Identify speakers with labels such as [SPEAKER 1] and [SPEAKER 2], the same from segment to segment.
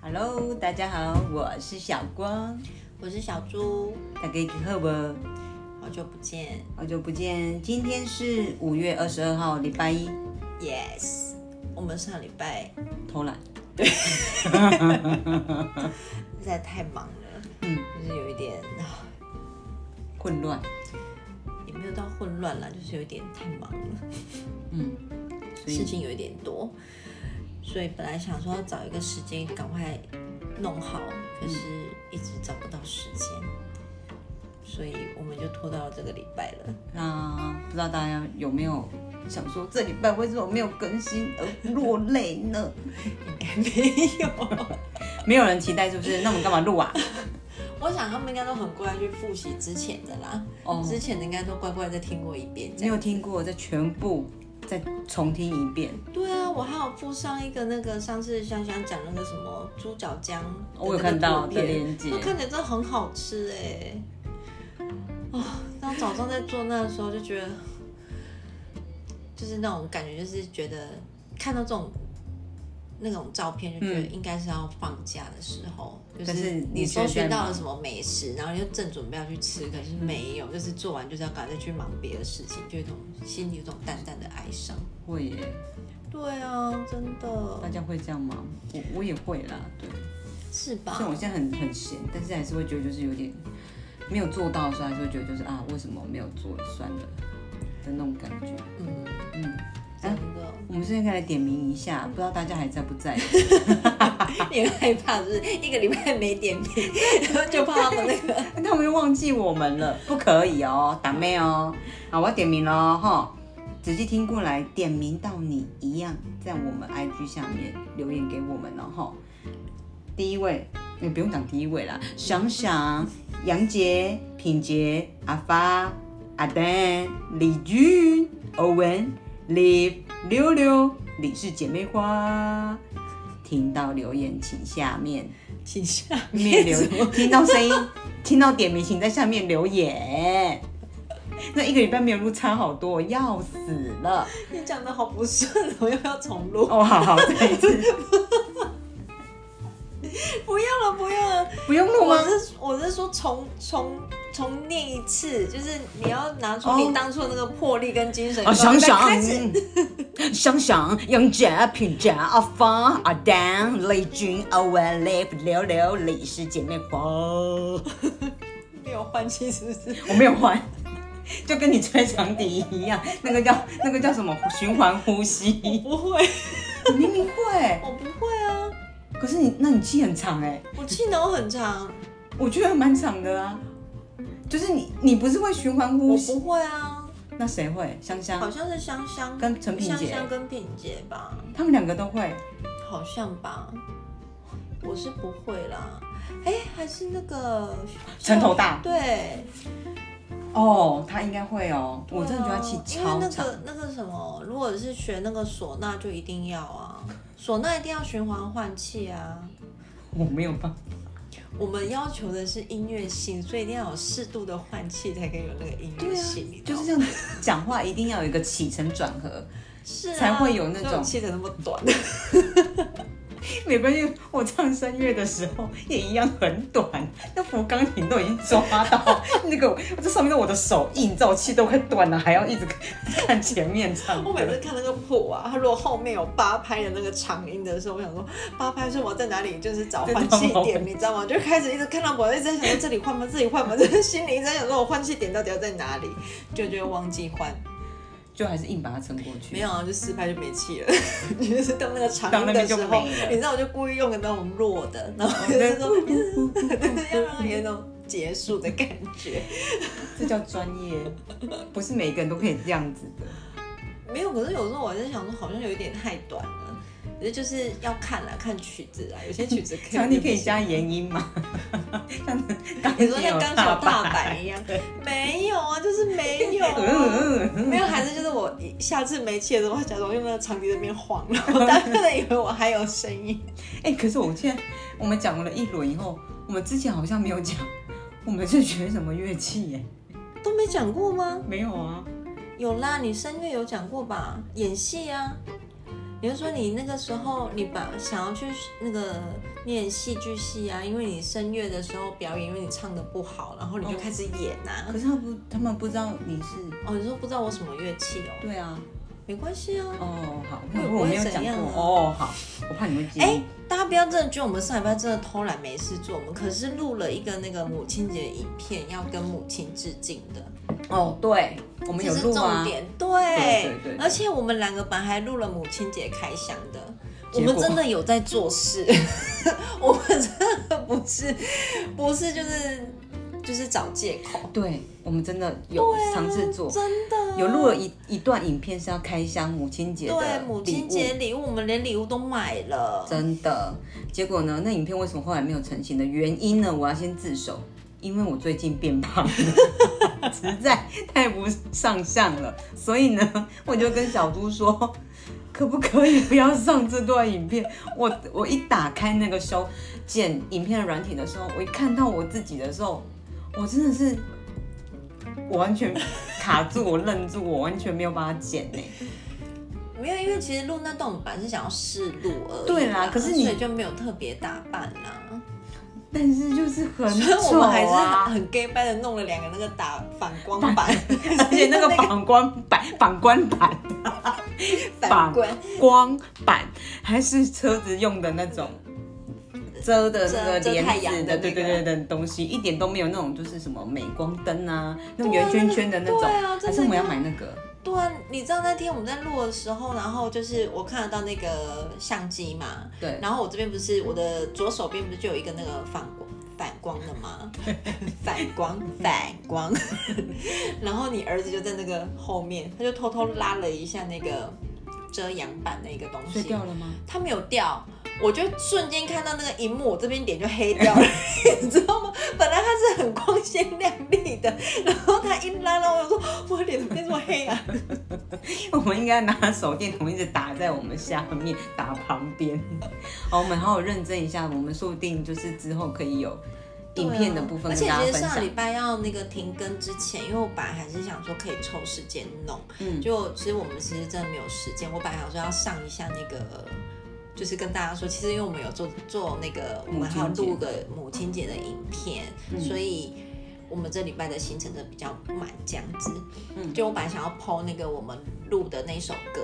[SPEAKER 1] Hello，大家好，我是小光，
[SPEAKER 2] 我是小猪，
[SPEAKER 1] 大家好不？
[SPEAKER 2] 好久不见
[SPEAKER 1] 好久不见，今天是五月二十二号，礼拜一，
[SPEAKER 2] ，Yes，我们上礼拜
[SPEAKER 1] 偷懒，
[SPEAKER 2] 实在太忙了，
[SPEAKER 1] 嗯，
[SPEAKER 2] 就是有一点啊，
[SPEAKER 1] 混乱，
[SPEAKER 2] 也没有到混乱啦，就是有一点太忙了，
[SPEAKER 1] 嗯，所
[SPEAKER 2] 事
[SPEAKER 1] 以
[SPEAKER 2] 情有一点多，所以本来想说找一个时间赶快弄好，可是一直找不到时间，所以我们就拖到了这个礼拜了。
[SPEAKER 1] 那不知道大家有没有想说这礼拜为什么没有更新而落泪 呢？
[SPEAKER 2] 没有，
[SPEAKER 1] 没有人期待是不是？那我们干嘛录啊？
[SPEAKER 2] 我想他们应该都很乖去复习之前的啦，
[SPEAKER 1] 哦
[SPEAKER 2] 之前的应该都乖乖再听过一遍这
[SPEAKER 1] 没
[SPEAKER 2] 样
[SPEAKER 1] 有。听过，再全部再重听一遍，
[SPEAKER 2] 对啊，我还有附上一个那个上次香香讲那个什么猪脚姜的那个
[SPEAKER 1] 哦我有看到
[SPEAKER 2] 图片
[SPEAKER 1] 的链接
[SPEAKER 2] 我看起来真的很好吃哎、啊、当早上在做那的时候就觉得，就是那种感觉，就是觉得看到这种那种照片，就觉得应该是要放假的时候，就
[SPEAKER 1] 嗯但是
[SPEAKER 2] 是
[SPEAKER 1] 你
[SPEAKER 2] 你
[SPEAKER 1] 觉得
[SPEAKER 2] 搜
[SPEAKER 1] 在
[SPEAKER 2] 寻到
[SPEAKER 1] 忙
[SPEAKER 2] 了什么美食，然后你就正准备要去吃，可是没有，就是做完就是要赶快再去忙别的事情，就有一种心里有一种淡淡的哀伤。
[SPEAKER 1] 会耶，
[SPEAKER 2] 对啊，真
[SPEAKER 1] 大
[SPEAKER 2] 的
[SPEAKER 1] 家会这样吗？我我也会啦，对。
[SPEAKER 2] 是
[SPEAKER 1] 虽然
[SPEAKER 2] 吧？
[SPEAKER 1] 我现在很很闲，但是还是会觉得就是有点没有做到，所以还是会觉得就是啊，为什么没有做，算了的那种感觉。
[SPEAKER 2] 嗯，
[SPEAKER 1] 嗯，
[SPEAKER 2] 真的。
[SPEAKER 1] 我们现在可以来点名一下，不知道大家还在不在？
[SPEAKER 2] 哎你很害怕，就是一个礼拜没 点名，然后就怕他们那个。
[SPEAKER 1] 他们又忘记我们了，不可以哦，打妹哦。好，我要点名喽哈，仔细听过来，点名到你一样，在我们 IG 下面留言给我们哦哈。第一位，也不用讲第一位啦，想想、杨杰、品杰、阿发、阿丹、李军、欧文、李溜溜、李氏姐妹花。听到留言，请下面
[SPEAKER 2] 请下
[SPEAKER 1] 面
[SPEAKER 2] 面
[SPEAKER 1] 留
[SPEAKER 2] 留
[SPEAKER 1] 言，听到声音，听到点名，请在下面留言。那一个礼拜没有录，差好多，要死了！
[SPEAKER 2] 你讲的好不顺，我要不要重录？
[SPEAKER 1] 哦，好好，再一次，
[SPEAKER 2] 不要了，不要了。
[SPEAKER 1] 不用录
[SPEAKER 2] 我
[SPEAKER 1] 吗？
[SPEAKER 2] 是我是说重重重念一次，就是你要拿出
[SPEAKER 1] 哦
[SPEAKER 2] 你当初那个魄力跟精神。
[SPEAKER 1] 啊，想想
[SPEAKER 2] 开始，，
[SPEAKER 1] 嗯 想想，杨杰、品杰、阿芳、阿丹、雷军、欧文、雷刘刘、李氏姐妹花，我
[SPEAKER 2] 没有换气是不是？
[SPEAKER 1] 没有换，就跟你吹长笛一样，那个叫那个叫什么循环呼吸？
[SPEAKER 2] 我不会，
[SPEAKER 1] 你 明明会，
[SPEAKER 2] 我不会啊，
[SPEAKER 1] 可是你那你气很长哎、
[SPEAKER 2] 我气脑很长，
[SPEAKER 1] 我觉得还蛮长的啊，就是你你不是会循环呼
[SPEAKER 2] 我
[SPEAKER 1] 吸
[SPEAKER 2] 不，会啊，
[SPEAKER 1] 那谁会？香
[SPEAKER 2] 好
[SPEAKER 1] 香，
[SPEAKER 2] 像是香香
[SPEAKER 1] 跟陈品
[SPEAKER 2] 香
[SPEAKER 1] 杰
[SPEAKER 2] 香跟品杰吧。
[SPEAKER 1] 他们两个都会。
[SPEAKER 2] 好像吧，我是不会啦。哎、还是那个
[SPEAKER 1] 城头大
[SPEAKER 2] 对，
[SPEAKER 1] 哦，他应该会哦，我真的觉得他气
[SPEAKER 2] 啊因为
[SPEAKER 1] 超
[SPEAKER 2] 那
[SPEAKER 1] 长。
[SPEAKER 2] 个那个什么，如果是学那个唢呐，就一定要啊，唢呐一定要循环换气啊。
[SPEAKER 1] 我没有办法，
[SPEAKER 2] 我们要求的是音乐性，所以一定要有适度的换气，才可以有那个音乐性。你知
[SPEAKER 1] 啊就是
[SPEAKER 2] 道吗
[SPEAKER 1] 这样子讲话一定要有一个起承转合。
[SPEAKER 2] 是、啊、
[SPEAKER 1] 才会有那种
[SPEAKER 2] 所以我气的那么短。
[SPEAKER 1] 没关系，我唱声乐的时候也一样很短，那扶钢琴都已经抓到那个，这上面的我的手印，你知道我气都快断了，还要一直看看前面唱歌。
[SPEAKER 2] 我每次看那个谱啊，它如果后面有八拍的那个长音的时候，我想说八拍是我在哪里就是找换气点，你知道吗？就开始一直看到我一直在想说这里换吗？这里换吗？ 这心里一直在想说我换气点到底要在哪里，就觉得忘记换。
[SPEAKER 1] 就还是硬把它撑过去。
[SPEAKER 2] 没有啊，就四拍就没气了， 就是到那个长
[SPEAKER 1] 到那
[SPEAKER 2] 音
[SPEAKER 1] 边
[SPEAKER 2] 的
[SPEAKER 1] 就
[SPEAKER 2] 时
[SPEAKER 1] 没
[SPEAKER 2] 候
[SPEAKER 1] 了，
[SPEAKER 2] 你知道我就故意用个那种弱的，然后就是说， 就是要让它有一种结束的感觉。
[SPEAKER 1] 这叫专业，不是每个人都可以这样子的。
[SPEAKER 2] 没有，可是有时候我还在想说，好像有一点太短了。可是就是要看啦，看曲子啦，有些曲子可以。
[SPEAKER 1] 强，你可以加延音吗？ 像钢
[SPEAKER 2] 你
[SPEAKER 1] 琴
[SPEAKER 2] 说像
[SPEAKER 1] 有
[SPEAKER 2] 刚
[SPEAKER 1] 大
[SPEAKER 2] 小
[SPEAKER 1] 把
[SPEAKER 2] 大阪一样，没有啊，就是没有、
[SPEAKER 1] 嗯嗯
[SPEAKER 2] 啊，没有。还是就是我一下次没气的时候，我假装用那个长笛在那边晃， 然后大家可能以为我还有声音。
[SPEAKER 1] 哎、可是我现在我们讲了一轮以后，我们之前好像没有讲我们是学什么乐器耶？
[SPEAKER 2] 都没讲过吗？
[SPEAKER 1] 没有啊，
[SPEAKER 2] 有啦，你声乐有讲过吧？演戏啊，你是说你那个时候你把想要去那个念戏剧系啊？因为你声乐的时候表演，因为你唱的不好，然后你就开始演啊。
[SPEAKER 1] 可是他不，他们不知道你是，
[SPEAKER 2] 哦，你说不知道我什么乐器哦？
[SPEAKER 1] 对啊，
[SPEAKER 2] 没关系啊。
[SPEAKER 1] 哦好，
[SPEAKER 2] 我也
[SPEAKER 1] 我没有
[SPEAKER 2] 不
[SPEAKER 1] 讲
[SPEAKER 2] 会怎样
[SPEAKER 1] 过
[SPEAKER 2] 啊
[SPEAKER 1] 哦好，我怕你会介意。
[SPEAKER 2] 哎、大家不要真的觉得我们上礼拜真的偷懒没事做，我们可是录了一个那个母亲节影片，要跟母亲致敬的，
[SPEAKER 1] 哦对，我们
[SPEAKER 2] 这
[SPEAKER 1] 有
[SPEAKER 2] 是
[SPEAKER 1] 录
[SPEAKER 2] 重
[SPEAKER 1] 啊，
[SPEAKER 2] 点。对，
[SPEAKER 1] 对对对
[SPEAKER 2] 而且我们两个本来还录了母亲节开箱的，我
[SPEAKER 1] 结果
[SPEAKER 2] 们真的有在做事， 我们真的不是不是就是就是找借口，
[SPEAKER 1] 对，我们真的有
[SPEAKER 2] 啊
[SPEAKER 1] 尝试做，
[SPEAKER 2] 真的
[SPEAKER 1] 有录了一一段影片是要开箱母亲节的
[SPEAKER 2] 对母亲
[SPEAKER 1] 礼物
[SPEAKER 2] 节礼物，我们连礼物都买了，
[SPEAKER 1] 真的。结果呢，那影片为什么后来没有成型的原因呢？我要先自首，因为我最近变胖 了，实在太不上相了。所以呢，我就跟小猪说，可不可以不要上这段影片？我我一打开那个修剪影片的软体的时候，我一看到我自己的时候，我真的是。我完全卡住，我愣住，我完全没有把它剪呢、
[SPEAKER 2] 没有，因为其实录那段我们本来是想要试录而已啦，
[SPEAKER 1] 对啦可是你
[SPEAKER 2] 所以就没有特别打扮啦。
[SPEAKER 1] 但是就是很
[SPEAKER 2] 所以我
[SPEAKER 1] 丑
[SPEAKER 2] 们还是
[SPEAKER 1] 啊，
[SPEAKER 2] 很 gay 掰的弄了两个那个打反光板，
[SPEAKER 1] 而且 那个反光板、 反光板、
[SPEAKER 2] 反光
[SPEAKER 1] 光板还是车子用的那种遮的那个
[SPEAKER 2] 遮遮
[SPEAKER 1] 帘
[SPEAKER 2] 太阳
[SPEAKER 1] 子
[SPEAKER 2] 的
[SPEAKER 1] 对对
[SPEAKER 2] 那个
[SPEAKER 1] 对对的东西，一点都没有那种就是什么镁光灯啊，那种圆圈圈的那种。
[SPEAKER 2] 对啊
[SPEAKER 1] 还
[SPEAKER 2] 真的
[SPEAKER 1] 是我们要买那个？
[SPEAKER 2] 对啊，你知道那天我们在录的时候，然后就是我看得到那个相机嘛，
[SPEAKER 1] 对
[SPEAKER 2] 然后我这边不是我的左手边不是就有一个那个反光反光的吗？ 反光反光，然后你儿子就在那个后面，他就偷偷拉了一下那个遮阳板那个东
[SPEAKER 1] 碎
[SPEAKER 2] 西，
[SPEAKER 1] 掉了吗？
[SPEAKER 2] 他没有掉，我就瞬间看到那个荧幕，我这边脸就黑掉了，你知道吗？本来它是很光鲜亮丽的，然后它一拉到我，我就说我脸怎么变这么黑啊？
[SPEAKER 1] 我们应该拿手电筒一直打在我们下面，打旁边。 好，我们好好认真一下，我们说不定就是之后可以有影片的部分
[SPEAKER 2] 而
[SPEAKER 1] 跟
[SPEAKER 2] 且
[SPEAKER 1] 大家
[SPEAKER 2] 其实
[SPEAKER 1] 分
[SPEAKER 2] 上
[SPEAKER 1] 享
[SPEAKER 2] 礼。拜要那个停更之前，因为我本来还是想说可以抽时间弄，
[SPEAKER 1] 嗯
[SPEAKER 2] 就其实我们其实真的没有时间，我本来想说要上一下那个。就是跟大家说，其实因为我们有做做那个，我们还要
[SPEAKER 1] 母亲节嗯
[SPEAKER 2] 录个母亲节的影片，所以我们这礼拜的行程真的比较满这样子。
[SPEAKER 1] 嗯
[SPEAKER 2] 就我本来想要 PO 那个我们录的那首歌，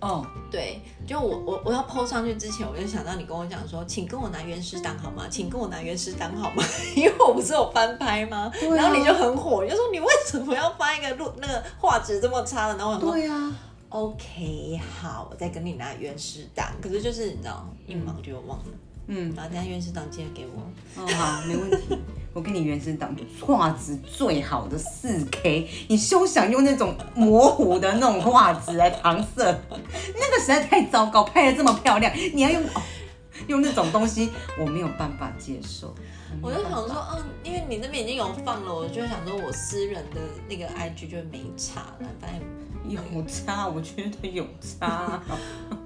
[SPEAKER 1] 哦，
[SPEAKER 2] 对，就我我我要 PO 上去之前，我就想到你跟我讲说，请跟我拿原诗档好吗？请跟我拿原诗档好吗？ 因为我不是有翻拍吗？
[SPEAKER 1] 对啊
[SPEAKER 2] 然后你就很火，你就说你为什么要翻一个录那个画质这么差的？然后我想说
[SPEAKER 1] 对啊。
[SPEAKER 2] OK 好，我再跟你拿原诗档。可是就是你知道，一忙就忘了，
[SPEAKER 1] 嗯，
[SPEAKER 2] 然后等一下原诗档记得给我。
[SPEAKER 1] 哦好，没问题。我给你原声档，画质最好的四 K，你休想用那种模糊的那种画质来搪塞，那个实在太糟糕。拍的这么漂亮，你要用、哦、用那种东西，我没有办法接受。
[SPEAKER 2] 我就想说，嗯、因为你那边已经有放了，我就想说我私人的那个 IG 就没差了，反正。
[SPEAKER 1] 有差，我觉得有差。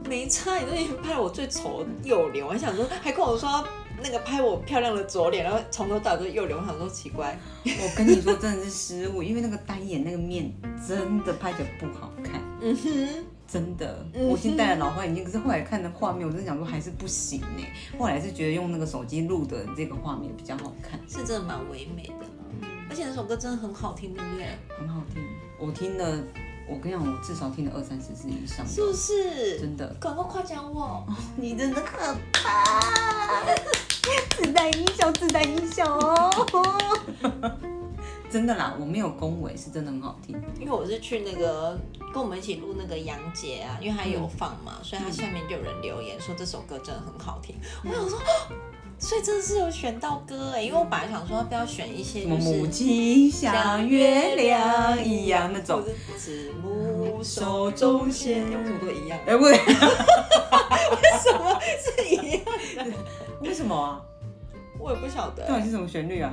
[SPEAKER 2] 没差，你都已经拍我最丑的右脸，我还想说，还跟我说要那个拍我漂亮的左脸，然后从头到尾都是右脸，我想说奇怪，
[SPEAKER 1] 我跟你说，真的是失误，因为那个单眼那个面真的拍的不好看。
[SPEAKER 2] 嗯哼，
[SPEAKER 1] 真的，
[SPEAKER 2] 嗯
[SPEAKER 1] 我先戴了老花眼镜，可是后来看的画面，我真的想说还是不行呢。后来是觉得用那个手机录的这个画面比较好看，
[SPEAKER 2] 是真的蛮唯美的啦，而且那首歌真的很好听，对不对？
[SPEAKER 1] 很好听。我听了，我跟你讲，我至少听了二三十次以上。
[SPEAKER 2] 是不是？
[SPEAKER 1] 真的，
[SPEAKER 2] 赶快夸奖我，
[SPEAKER 1] 你真的可怕！自带音效，自带音效哦。 真的啦，我没有恭维，是真的很好听。
[SPEAKER 2] 因为我是去那个跟我们一起录那个杨杰啊，因为他有放嘛，
[SPEAKER 1] 嗯
[SPEAKER 2] 所以他下面就有人留言说这首歌真的很好听，
[SPEAKER 1] 嗯
[SPEAKER 2] 我想说。哦所以真的是有选到歌哎、因为我本来想说要不要选一些
[SPEAKER 1] 什
[SPEAKER 2] 就
[SPEAKER 1] 么
[SPEAKER 2] 是
[SPEAKER 1] 母亲像月亮一样那种。。
[SPEAKER 2] 子母手中线，为什么都一样？
[SPEAKER 1] 哎、不对，
[SPEAKER 2] 为什么 是一样？
[SPEAKER 1] 为什么啊？
[SPEAKER 2] 我也不晓得
[SPEAKER 1] 到底是什么旋律啊？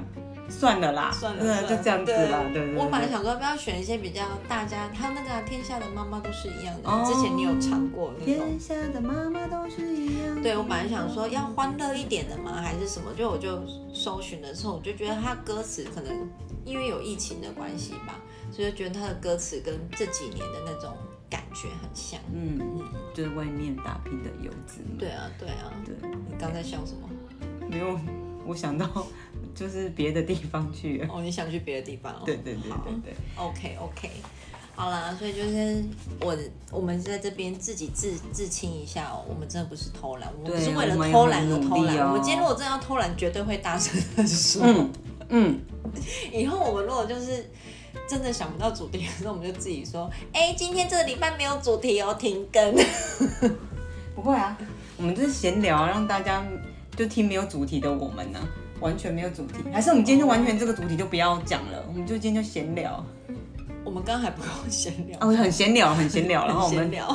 [SPEAKER 1] 算了啦，
[SPEAKER 2] 算了，
[SPEAKER 1] 真的
[SPEAKER 2] 算了
[SPEAKER 1] 啊就这样子啦，对对对。
[SPEAKER 2] 我本来
[SPEAKER 1] 对
[SPEAKER 2] 想说要不要选一些比较大家，还有那个啊、天下的妈妈都是一样的。
[SPEAKER 1] 哦
[SPEAKER 2] 之前你有唱过那种？
[SPEAKER 1] 天下的妈妈都是一样。
[SPEAKER 2] 对，我本来想说要欢乐一点的嘛，还是什么？就我就搜寻的时候，我就觉得他歌词可能因为有疫情的关系吧，所以就觉得他的歌词跟这几年的那种感觉很像。
[SPEAKER 1] 嗯，
[SPEAKER 2] 嗯，
[SPEAKER 1] 就是为面打拼的游子嘛。
[SPEAKER 2] 对啊，对啊。
[SPEAKER 1] 对，
[SPEAKER 2] 你刚在笑什么？
[SPEAKER 1] 没有，我想到就是别的地方去了。
[SPEAKER 2] 哦，你想去别的地方、哦？
[SPEAKER 1] 对对对
[SPEAKER 2] 好
[SPEAKER 1] 对对，
[SPEAKER 2] OK OK，好啦，所以就是我我们在这边自己自自清一下哦，我们真的不是偷懒，我们
[SPEAKER 1] 对
[SPEAKER 2] 不是为了
[SPEAKER 1] 我们也
[SPEAKER 2] 偷懒
[SPEAKER 1] 很
[SPEAKER 2] 而
[SPEAKER 1] 努
[SPEAKER 2] 偷
[SPEAKER 1] 力
[SPEAKER 2] 懒。
[SPEAKER 1] 哦
[SPEAKER 2] 我们今天如果真的要偷懒，绝对会大声的说。
[SPEAKER 1] 嗯嗯，
[SPEAKER 2] 以后我们如果就是真的想不到主题的时候，我们就自己说，哎、今天这个礼拜没有主题哦，停 更。
[SPEAKER 1] 不会啊，我们就是闲聊，让大家就听没有主题的我们呢、完全没有主题，还是我们今天就完全这个主题就不要讲了，我们就今天就闲 聊，
[SPEAKER 2] 我们刚刚还不够闲聊，
[SPEAKER 1] 啊，我很闲聊，很闲聊，然后我
[SPEAKER 2] 闲
[SPEAKER 1] 们
[SPEAKER 2] 聊，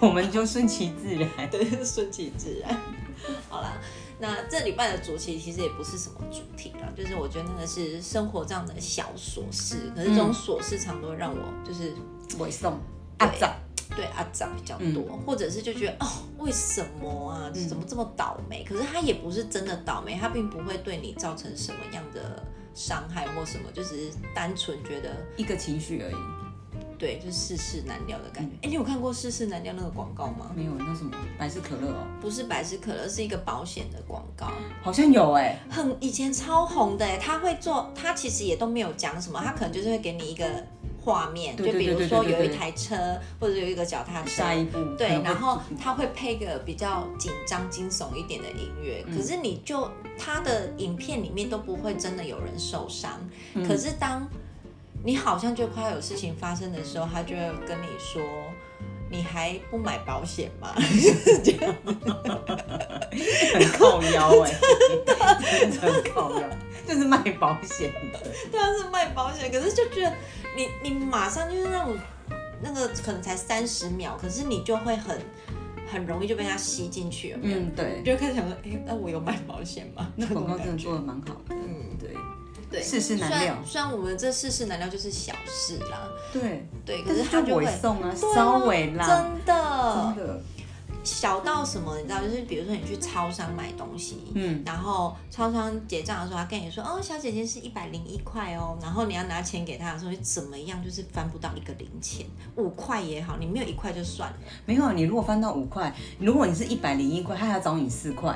[SPEAKER 1] 我们就顺其自然。
[SPEAKER 2] 对，顺其自然。好啦，那这礼拜的主题其实也不是什么主题啦，就是我觉得那个是生活这样的小琐事，可是这
[SPEAKER 1] 嗯
[SPEAKER 2] 种琐事常常会让我就是
[SPEAKER 1] 尾送阿仔，
[SPEAKER 2] 对阿杂比较
[SPEAKER 1] 嗯
[SPEAKER 2] 多，或者是就觉得哦，为什么啊，怎么这么倒霉？可是他也不是真的倒霉，他并不会对你造成什么样的伤害或什么，就只是单纯觉得
[SPEAKER 1] 一个情绪而已，
[SPEAKER 2] 对，就是世事难料的感
[SPEAKER 1] 嗯
[SPEAKER 2] 觉。哎、你有看过世事难料那个广告吗？
[SPEAKER 1] 没有那什么百事可乐哦，
[SPEAKER 2] 不是百事可乐，是一个保险的广告，
[SPEAKER 1] 好像有哎、
[SPEAKER 2] 很以前超红的哎。他会做，他其实也都没有讲什么，他可能就是会给你一个画面，
[SPEAKER 1] 对
[SPEAKER 2] 就比
[SPEAKER 1] 对对
[SPEAKER 2] 如
[SPEAKER 1] 对
[SPEAKER 2] 说
[SPEAKER 1] 对对
[SPEAKER 2] 有一
[SPEAKER 1] 对
[SPEAKER 2] 台车或者有一个脚踏车，
[SPEAKER 1] 下一步
[SPEAKER 2] 对
[SPEAKER 1] 可能，会嗯
[SPEAKER 2] 然后他会配个比较紧张、惊悚一点的音乐，
[SPEAKER 1] 嗯
[SPEAKER 2] 可是你就他的影片里面都不会真的有人受伤，
[SPEAKER 1] 嗯
[SPEAKER 2] 可是当你好像就快要有事情发生的时候，他就会跟你说。你还不买保险吗？
[SPEAKER 1] 很靠腰哎、 真的很靠腰，就是卖保险的，
[SPEAKER 2] 对啊，是卖保险，可是就觉得你你马上就是那种那个可能才三十秒，可是你就会很很容易就被他吸进去，有没有？
[SPEAKER 1] 嗯对
[SPEAKER 2] 你，就会开始想说，哎、那我有买保险吗？
[SPEAKER 1] 那
[SPEAKER 2] 种
[SPEAKER 1] 广告
[SPEAKER 2] 感
[SPEAKER 1] 真的
[SPEAKER 2] 觉
[SPEAKER 1] 做的蛮好的，
[SPEAKER 2] 嗯，
[SPEAKER 1] 对
[SPEAKER 2] 对，
[SPEAKER 1] 世事难
[SPEAKER 2] 虽然
[SPEAKER 1] 料
[SPEAKER 2] 虽然我们这世事难料就是小事啦，
[SPEAKER 1] 对，
[SPEAKER 2] 对，可
[SPEAKER 1] 但
[SPEAKER 2] 是
[SPEAKER 1] 是
[SPEAKER 2] 他
[SPEAKER 1] 就
[SPEAKER 2] 就会
[SPEAKER 1] 尾送啊，
[SPEAKER 2] 对啊
[SPEAKER 1] 稍微啦，
[SPEAKER 2] 真的
[SPEAKER 1] 真的，
[SPEAKER 2] 小到什么，你知道，就是比如说你去超商买东西，
[SPEAKER 1] 嗯，
[SPEAKER 2] 然后超商结账的时候，他跟你说，哦，小姐姐是一百零一块哦，然后你要拿钱给他的时候，就怎么样，就是翻不到一个零钱，五块也好，你没有一块就算了，
[SPEAKER 1] 没有，啊你如果翻到五块，如果你是一百零一块，他还要找你四块，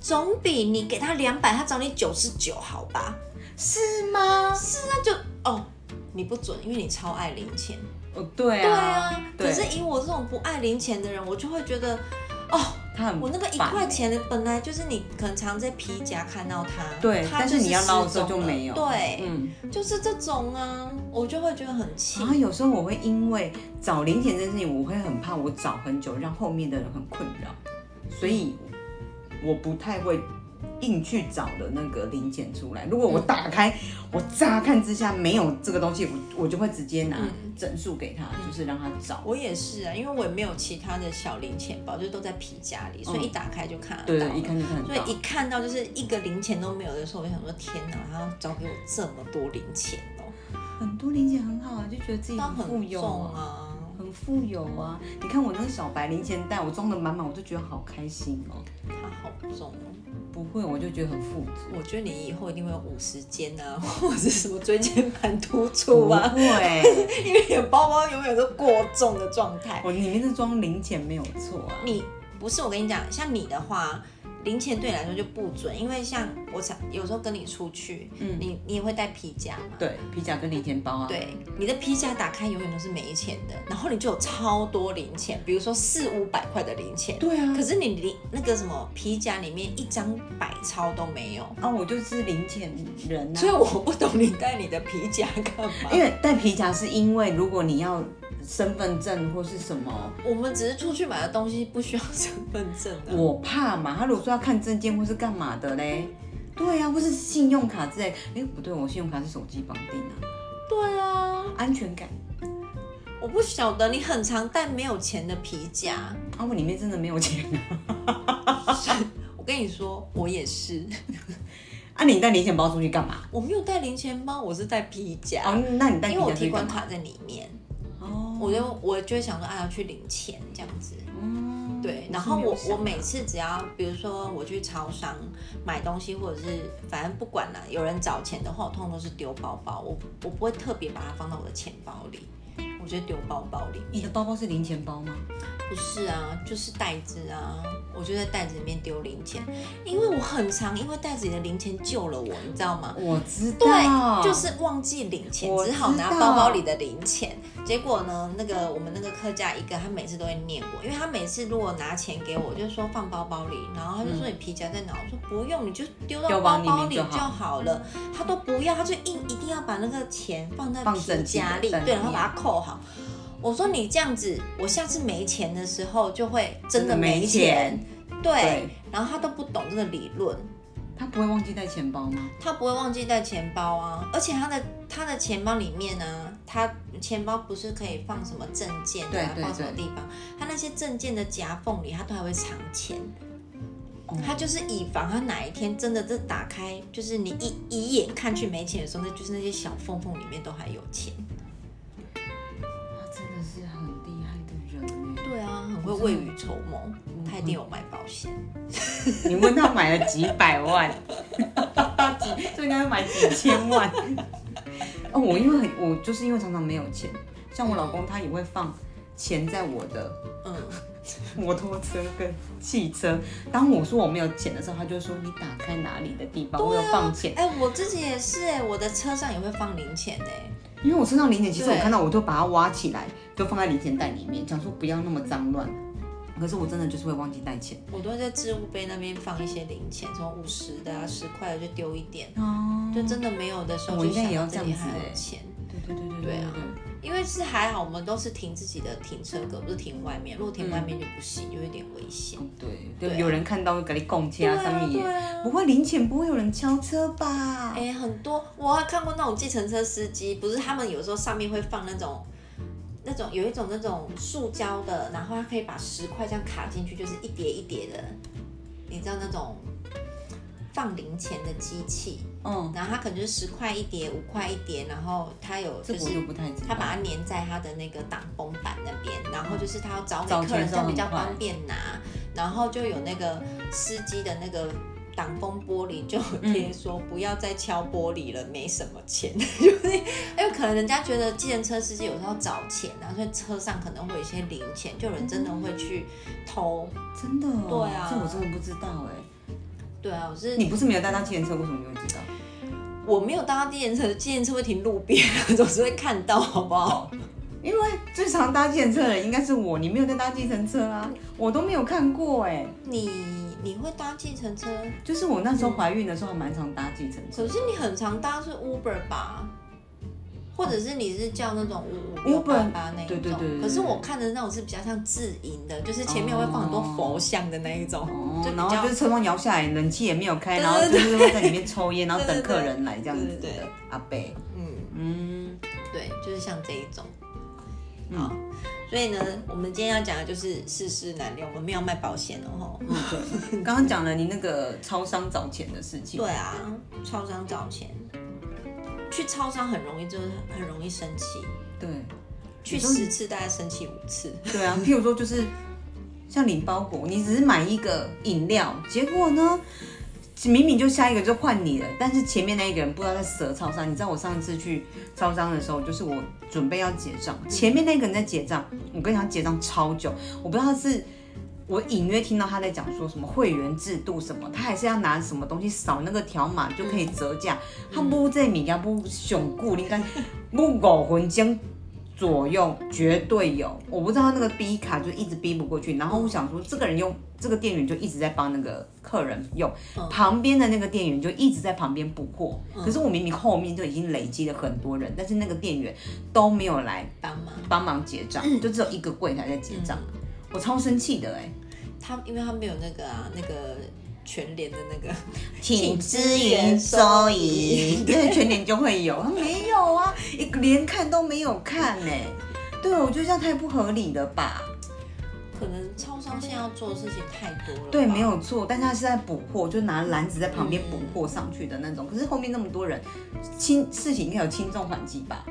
[SPEAKER 2] 总比你给他两百，他找你九十九好吧？
[SPEAKER 1] 是吗？
[SPEAKER 2] 那就哦，你不准，因为你超爱零钱。
[SPEAKER 1] 哦，对
[SPEAKER 2] 对
[SPEAKER 1] 啊
[SPEAKER 2] 啊，，
[SPEAKER 1] 对
[SPEAKER 2] 可是以我这种不爱零钱的人，我就会觉得，哦，
[SPEAKER 1] 他很
[SPEAKER 2] 我那个一
[SPEAKER 1] 烦
[SPEAKER 2] 块钱的本来就是你可能常在皮夹看到它，
[SPEAKER 1] 对，
[SPEAKER 2] 它
[SPEAKER 1] 但
[SPEAKER 2] 就是
[SPEAKER 1] 你要捞的时候
[SPEAKER 2] 失
[SPEAKER 1] 就
[SPEAKER 2] 踪了
[SPEAKER 1] 没有，
[SPEAKER 2] 对，
[SPEAKER 1] 嗯。啊
[SPEAKER 2] 就是这种啊，我就会觉得很气
[SPEAKER 1] 然。后有时候我会因为找零钱这件事情，我会很怕我找很久，让后面的人很困扰，所以
[SPEAKER 2] 嗯
[SPEAKER 1] 我不太会硬去找的那个零钱出来。
[SPEAKER 2] 嗯
[SPEAKER 1] 如果我打开，我乍看之下没有这个东西，我我就会直接拿
[SPEAKER 2] 嗯
[SPEAKER 1] 整数给他，就是让他找。
[SPEAKER 2] 我也是啊，因为我也没有其他的小零钱包，就都在皮夹里，所以一打开就看
[SPEAKER 1] 嗯对
[SPEAKER 2] 得到
[SPEAKER 1] 对，
[SPEAKER 2] 了。
[SPEAKER 1] 一看就看得
[SPEAKER 2] 所以
[SPEAKER 1] 到
[SPEAKER 2] 一。看到就是一个零钱都没有的时候，我就想说天哪，他要找给我这么多零钱哦，
[SPEAKER 1] 很多零钱很好啊，就觉得自己
[SPEAKER 2] 那
[SPEAKER 1] 很富
[SPEAKER 2] 很
[SPEAKER 1] 有
[SPEAKER 2] 重
[SPEAKER 1] 啊，
[SPEAKER 2] 啊。
[SPEAKER 1] 很富有啊。你看我那个小白零钱袋，我装的满满，我就觉得好开心哦。
[SPEAKER 2] 它好重哦！
[SPEAKER 1] 不会，我就觉得很富足。
[SPEAKER 2] 我觉得你以后一定会有五十肩啊， 或者是什么椎间盘突
[SPEAKER 1] 不
[SPEAKER 2] 出啊，
[SPEAKER 1] 会。
[SPEAKER 2] 因为你的包包永远都过重的状态。
[SPEAKER 1] 我里面是装零钱没有错啊，
[SPEAKER 2] 你不是我跟你讲，像你的话，零钱对你来说就不准，因为像我常有时候跟你出去，
[SPEAKER 1] 嗯
[SPEAKER 2] 你你也会带皮夹嘛。
[SPEAKER 1] 对，皮夹跟零钱包啊，，
[SPEAKER 2] 对，你的皮夹打开永远都是没钱的，然后你就有超多零钱，比如说四五百块的零钱。
[SPEAKER 1] 对啊
[SPEAKER 2] 可是你零那个什么皮夹里面一张百钞都没有，
[SPEAKER 1] 啊，我就是零钱人
[SPEAKER 2] 所以
[SPEAKER 1] 啊，
[SPEAKER 2] 我不懂你带你的皮夹干嘛。
[SPEAKER 1] 因为带皮夹是因为如果你要身份证或是什么，
[SPEAKER 2] 我们只是出去买的东西不需要身份证啊。
[SPEAKER 1] 我怕嘛，他如果说要看证件或是干嘛的嘞，对啊，或是信用卡之类，哎，不对，我信用卡是手机绑定啊，
[SPEAKER 2] 对啊，
[SPEAKER 1] 安全感，
[SPEAKER 2] 我不晓得你很常带没有钱的皮夹。
[SPEAKER 1] 啊，我里面真的没有钱啊，
[SPEAKER 2] 我跟你说，我也是，
[SPEAKER 1] 啊，你带零钱包出去干嘛？
[SPEAKER 2] 我没有带零钱包，我是带皮夹，
[SPEAKER 1] 哦，那你带皮
[SPEAKER 2] 因为我
[SPEAKER 1] 夹出
[SPEAKER 2] 提
[SPEAKER 1] 去干
[SPEAKER 2] 款
[SPEAKER 1] 嘛？
[SPEAKER 2] 卡在里面，
[SPEAKER 1] 哦，
[SPEAKER 2] 我就我就会想说，啊，要去领钱这样子。
[SPEAKER 1] 嗯
[SPEAKER 2] 对，然后
[SPEAKER 1] 是没有
[SPEAKER 2] 我
[SPEAKER 1] 想
[SPEAKER 2] 我
[SPEAKER 1] 啊
[SPEAKER 2] 每次只要，比如说我去超商买东西，或者是反正不管啦，有人找钱的话，我通常都是丢包包，我我不会特别把它放到我的钱包里，我我就丢包包里。
[SPEAKER 1] 你的包包是零钱包吗？
[SPEAKER 2] 不是啊，就是袋子啊，我就在袋子里面丢零钱，因为我很常因为袋子里的零钱救了我，你知道吗？
[SPEAKER 1] 我知道，
[SPEAKER 2] 对，就是忘记零钱，
[SPEAKER 1] 我
[SPEAKER 2] 只
[SPEAKER 1] 知
[SPEAKER 2] 好拿包包里的零钱。结果呢，那个我们那个客家一个，他每次都会念我，因为他每次如果拿钱给我，我就说放包包里，然后他就说你皮夹在哪？我说不用，你就丢到
[SPEAKER 1] 丢包
[SPEAKER 2] 包
[SPEAKER 1] 里面
[SPEAKER 2] 包里就
[SPEAKER 1] 就好
[SPEAKER 2] 好了。他都不要，他就硬一定要把那个钱嗯放在
[SPEAKER 1] 放
[SPEAKER 2] 皮
[SPEAKER 1] 整齐的
[SPEAKER 2] 夹里，
[SPEAKER 1] 袋子
[SPEAKER 2] 对，
[SPEAKER 1] 里
[SPEAKER 2] 然后把它扣好。我说你这样子，我下次没钱的时候就会真的没钱。对，
[SPEAKER 1] 对
[SPEAKER 2] 然后他都不懂这个理论，
[SPEAKER 1] 他不会忘记带钱包吗？
[SPEAKER 2] 他不会忘记带钱包啊，而且他的他的钱包里面呢、他钱包不是可以放什么证件啊，
[SPEAKER 1] 对对
[SPEAKER 2] 放什么
[SPEAKER 1] 对
[SPEAKER 2] 地方？他那些证件的夹缝里，他都还会藏钱。
[SPEAKER 1] 哦
[SPEAKER 2] 他就是以防他哪一天真的这打开，就是你一一眼看去没钱的时候，那就是那些小缝缝里面都还有钱。
[SPEAKER 1] 他真的是很厉害的人欸
[SPEAKER 2] 对啊，很会未雨绸缪，
[SPEAKER 1] 嗯
[SPEAKER 2] 他一定有买保险。
[SPEAKER 1] 哎！你问他买了几百万，就应该买几千万。哦，我因为很，我就是因为常常没有钱，像我老公他也会放钱在我的
[SPEAKER 2] 嗯，
[SPEAKER 1] 摩托车跟汽车。当我说我没有钱的时候，他就说你打开哪里的地方，我有放钱。
[SPEAKER 2] 哎、我自己也是哎、我的车上也会放零钱哎、
[SPEAKER 1] 因为我身上零钱，其实我
[SPEAKER 2] 对
[SPEAKER 1] 看到我就把它挖起来，就放在零钱袋里面，想说不要那么脏乱。可是我真的就是会忘记带钱。
[SPEAKER 2] 我都会在置物杯那边放一些零钱，什么五十的啊、十块的就丢一点，
[SPEAKER 1] 哦，
[SPEAKER 2] 就真的没有的时候
[SPEAKER 1] 我
[SPEAKER 2] 就
[SPEAKER 1] 应该
[SPEAKER 2] 想
[SPEAKER 1] 也要
[SPEAKER 2] 到这
[SPEAKER 1] 这
[SPEAKER 2] 里
[SPEAKER 1] 样子
[SPEAKER 2] 还有
[SPEAKER 1] 欸
[SPEAKER 2] 钱。
[SPEAKER 1] 对对对对
[SPEAKER 2] 对啊因为是还好，我们都是停自己的停车格，不是停外面。如果停外面就不行，就有点危险。
[SPEAKER 1] 对对，
[SPEAKER 2] 对啊
[SPEAKER 1] 就有人看到跟你共车
[SPEAKER 2] 对啊
[SPEAKER 1] 上面
[SPEAKER 2] 对
[SPEAKER 1] 也
[SPEAKER 2] 啊
[SPEAKER 1] 不会零钱，不会有人敲车吧？
[SPEAKER 2] 哎、很多我还看过那种计程车司机，不是他们有时候上面会放那种。那种有一种那种塑胶的，然后它可以把十块这样卡进去，就是一叠一叠的，你知道那种放零钱的机器，
[SPEAKER 1] 嗯，
[SPEAKER 2] 然后它可能就是十块一叠，五块一叠，然后它有
[SPEAKER 1] 这
[SPEAKER 2] 就
[SPEAKER 1] 个我就是不太知道。
[SPEAKER 2] 它把它粘在它的那个挡风板那边，然后就是它要找
[SPEAKER 1] 找
[SPEAKER 2] 给
[SPEAKER 1] 钱
[SPEAKER 2] 客人，
[SPEAKER 1] 的时
[SPEAKER 2] 这
[SPEAKER 1] 候
[SPEAKER 2] 样比
[SPEAKER 1] 很
[SPEAKER 2] 较
[SPEAKER 1] 快
[SPEAKER 2] 方便拿，然后就有那个司机的那个。挡风玻璃就有贴说不要再敲玻璃了，没什么钱， 就是因为可能人家觉得计程车司机有时候找钱啊，所以车上可能会有一些零钱，就有人真的会去偷。
[SPEAKER 1] 真的、哦，
[SPEAKER 2] 对啊
[SPEAKER 1] 这我真的不知道哎。
[SPEAKER 2] 对啊，我是
[SPEAKER 1] 你不是没有搭到计程车，为什么你会知道？
[SPEAKER 2] 我没有搭计程车，计程车会停路边， 总是会看到，好不好？
[SPEAKER 1] 因为最常搭计程车的人应该是我，你没有在搭计程车啊，我都没有看过哎。
[SPEAKER 2] 你你会搭计程车，
[SPEAKER 1] 就是我那时候怀孕的时候，还蛮常搭计程车。
[SPEAKER 2] 可是你很常搭是 Uber 吧？或者是你是叫那种五五
[SPEAKER 1] Uber，
[SPEAKER 2] 八八那一种？
[SPEAKER 1] 对对对对对
[SPEAKER 2] 可是我看的那种是比较像自营的，就是前面会放很多佛像的那一种，
[SPEAKER 1] 哦
[SPEAKER 2] 就，比
[SPEAKER 1] 然后
[SPEAKER 2] 较
[SPEAKER 1] 就是车窗摇下来，冷气也没有开，
[SPEAKER 2] 对
[SPEAKER 1] 然后就是会在里面抽烟，然后
[SPEAKER 2] 对对
[SPEAKER 1] 等
[SPEAKER 2] 对
[SPEAKER 1] 客人来这样子
[SPEAKER 2] 对对对
[SPEAKER 1] 的阿贝，
[SPEAKER 2] 嗯，
[SPEAKER 1] 嗯，
[SPEAKER 2] 对，就是像这一种。
[SPEAKER 1] 嗯
[SPEAKER 2] 好，所以呢，我们今天要讲的就是世事难料，我们没有卖保险哦。吼
[SPEAKER 1] 嗯对，刚刚讲了你那个超商找钱的事情，
[SPEAKER 2] 对啊，超商找钱，去超商很容易，就是很容易生气，
[SPEAKER 1] 对
[SPEAKER 2] 去十次大概生气五次。
[SPEAKER 1] 对啊，譬如说就是像领包裹，你只是买一个饮料，结果呢？明明就下一个就换你了，但是前面那一个人不知道在蛇超商。你知道我上次去超商的时候，就是我准备要结账，前面那个人在结账，我跟你讲结账超久，我不知道他是我隐约听到他在讲说什么会员制度什么，他还是要拿什么东西扫那个条码就可以折价，他不这米家不熊固，应该不狗魂精左右绝对有，我不知道他那个逼卡就一直逼不过去，然后我想说这个人用这个店员就一直在帮那个客人用，旁边的那个店员就一直在旁边补货，可是我明明后面就已经累积了很多人，但是那个店员都没有来
[SPEAKER 2] 帮忙。
[SPEAKER 1] 帮忙结账，就只有一个柜台在结账，我超生气的哎、
[SPEAKER 2] 他因为他没有那个啊，那个全联的那个，
[SPEAKER 1] 请支援收银，因为全年就会有，他没有啊，一连看都没有看呢、对，我觉得这样太不合理了吧？
[SPEAKER 2] 可能超商现在要做的事情太多了吧。
[SPEAKER 1] 对，没有错，但是他是在补货，就拿篮子在旁边补货上去的那种。可是后面那么多人，轻事情应该有轻重缓急吧？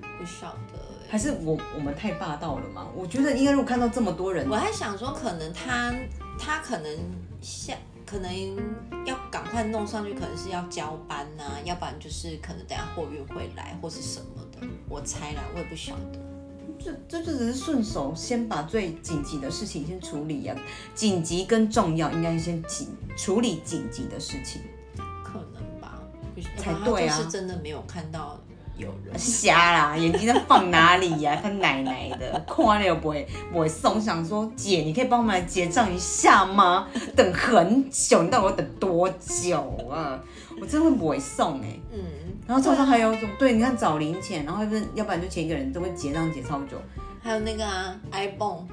[SPEAKER 2] 不晓得欸、
[SPEAKER 1] 还是我我们太霸道了嘛？我觉得应该如果看到这么多人，
[SPEAKER 2] 我还想说，可能他他可能下可能要赶快弄上去，可能是要交班啊呐、要不然就是可能等下货运会来或是什么的。我猜啦，我也不晓得。
[SPEAKER 1] 这这就只是顺手先把最紧急的事情先处理呀、紧急跟重要应该先紧处理紧急的事情。
[SPEAKER 2] 可能吧，不是
[SPEAKER 1] 才对啊
[SPEAKER 2] 他就是真的没有看到有人。
[SPEAKER 1] 瞎啦，眼睛在放哪里呀、 他奶奶的，看了又不会不会送，想说姐，你可以帮我们来结账一下吗？等很久，你到底要等多久啊？我真的会不会送哎、
[SPEAKER 2] 嗯，
[SPEAKER 1] 然后早上还有一种，对，你看找零钱，然后要不然要不然就前一个人都会结账结超久，
[SPEAKER 2] 还有那个啊，iPhone。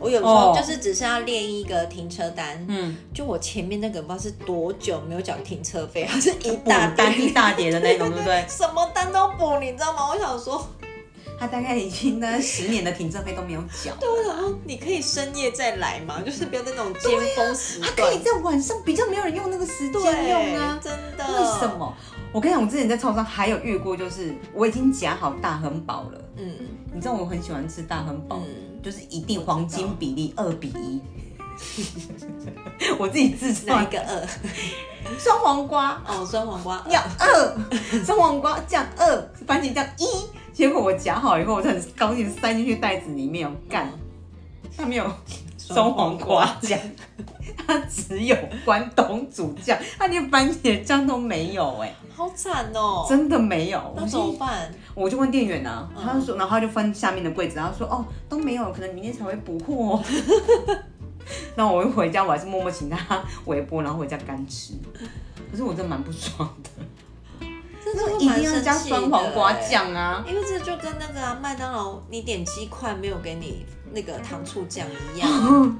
[SPEAKER 2] 我有时候
[SPEAKER 1] 哦
[SPEAKER 2] 就是只是要列一个停车单，
[SPEAKER 1] 嗯，
[SPEAKER 2] 就我前面那个不知道是多久没有缴停车费，还是一
[SPEAKER 1] 补
[SPEAKER 2] 大
[SPEAKER 1] 单
[SPEAKER 2] 单，
[SPEAKER 1] 一大叠的那 种，对不对？
[SPEAKER 2] 什么单都补，你知道吗？我想说，
[SPEAKER 1] 他大概已经呢十年的停车费都没有缴，
[SPEAKER 2] 对，我想说你可以深夜再来嘛，就是不要在那种尖峰时
[SPEAKER 1] 他啊可
[SPEAKER 2] 段
[SPEAKER 1] 以。在晚上比较没有人用那个时
[SPEAKER 2] 啊对，
[SPEAKER 1] 间用啊。
[SPEAKER 2] 真的。
[SPEAKER 1] 为什？么？我跟你讲，我之前在超商还有遇过，就是我已经夹好大亨堡了。
[SPEAKER 2] 嗯
[SPEAKER 1] 你知道我很喜欢吃大亨堡，
[SPEAKER 2] 嗯，
[SPEAKER 1] 就是一定黄金比例二比 一。我自己自
[SPEAKER 2] 哪
[SPEAKER 1] 创
[SPEAKER 2] 一个二？
[SPEAKER 1] 酸黄瓜
[SPEAKER 2] 哦，酸黄瓜。
[SPEAKER 1] 要二，酸黄瓜酱二，番茄酱一。结果我夹好以后，我就很高兴塞进去袋子里面，我干，它 没有酸黄瓜酱，它只有关东煮酱，它连番茄酱都没有、哎，
[SPEAKER 2] 好惨哦！
[SPEAKER 1] 真的没有。
[SPEAKER 2] 那
[SPEAKER 1] 我
[SPEAKER 2] 怎
[SPEAKER 1] 心里
[SPEAKER 2] 么办？
[SPEAKER 1] 我就问店员啊，
[SPEAKER 2] 嗯
[SPEAKER 1] 他就说，然后他就翻下面的柜子，然后说哦都没有，可能明天才会补货、哦。 那我一回家，我还是默默请他微波，然后回家干吃。可是我真的蛮不爽 的，
[SPEAKER 2] 这
[SPEAKER 1] 那
[SPEAKER 2] 真的
[SPEAKER 1] 一
[SPEAKER 2] 蛮
[SPEAKER 1] 定要
[SPEAKER 2] 生
[SPEAKER 1] 加
[SPEAKER 2] 气的
[SPEAKER 1] 酸黄瓜
[SPEAKER 2] 欸，
[SPEAKER 1] 酱啊！
[SPEAKER 2] 因为这就跟那个啊麦当劳你点鸡块没有给你那个糖醋酱一 样。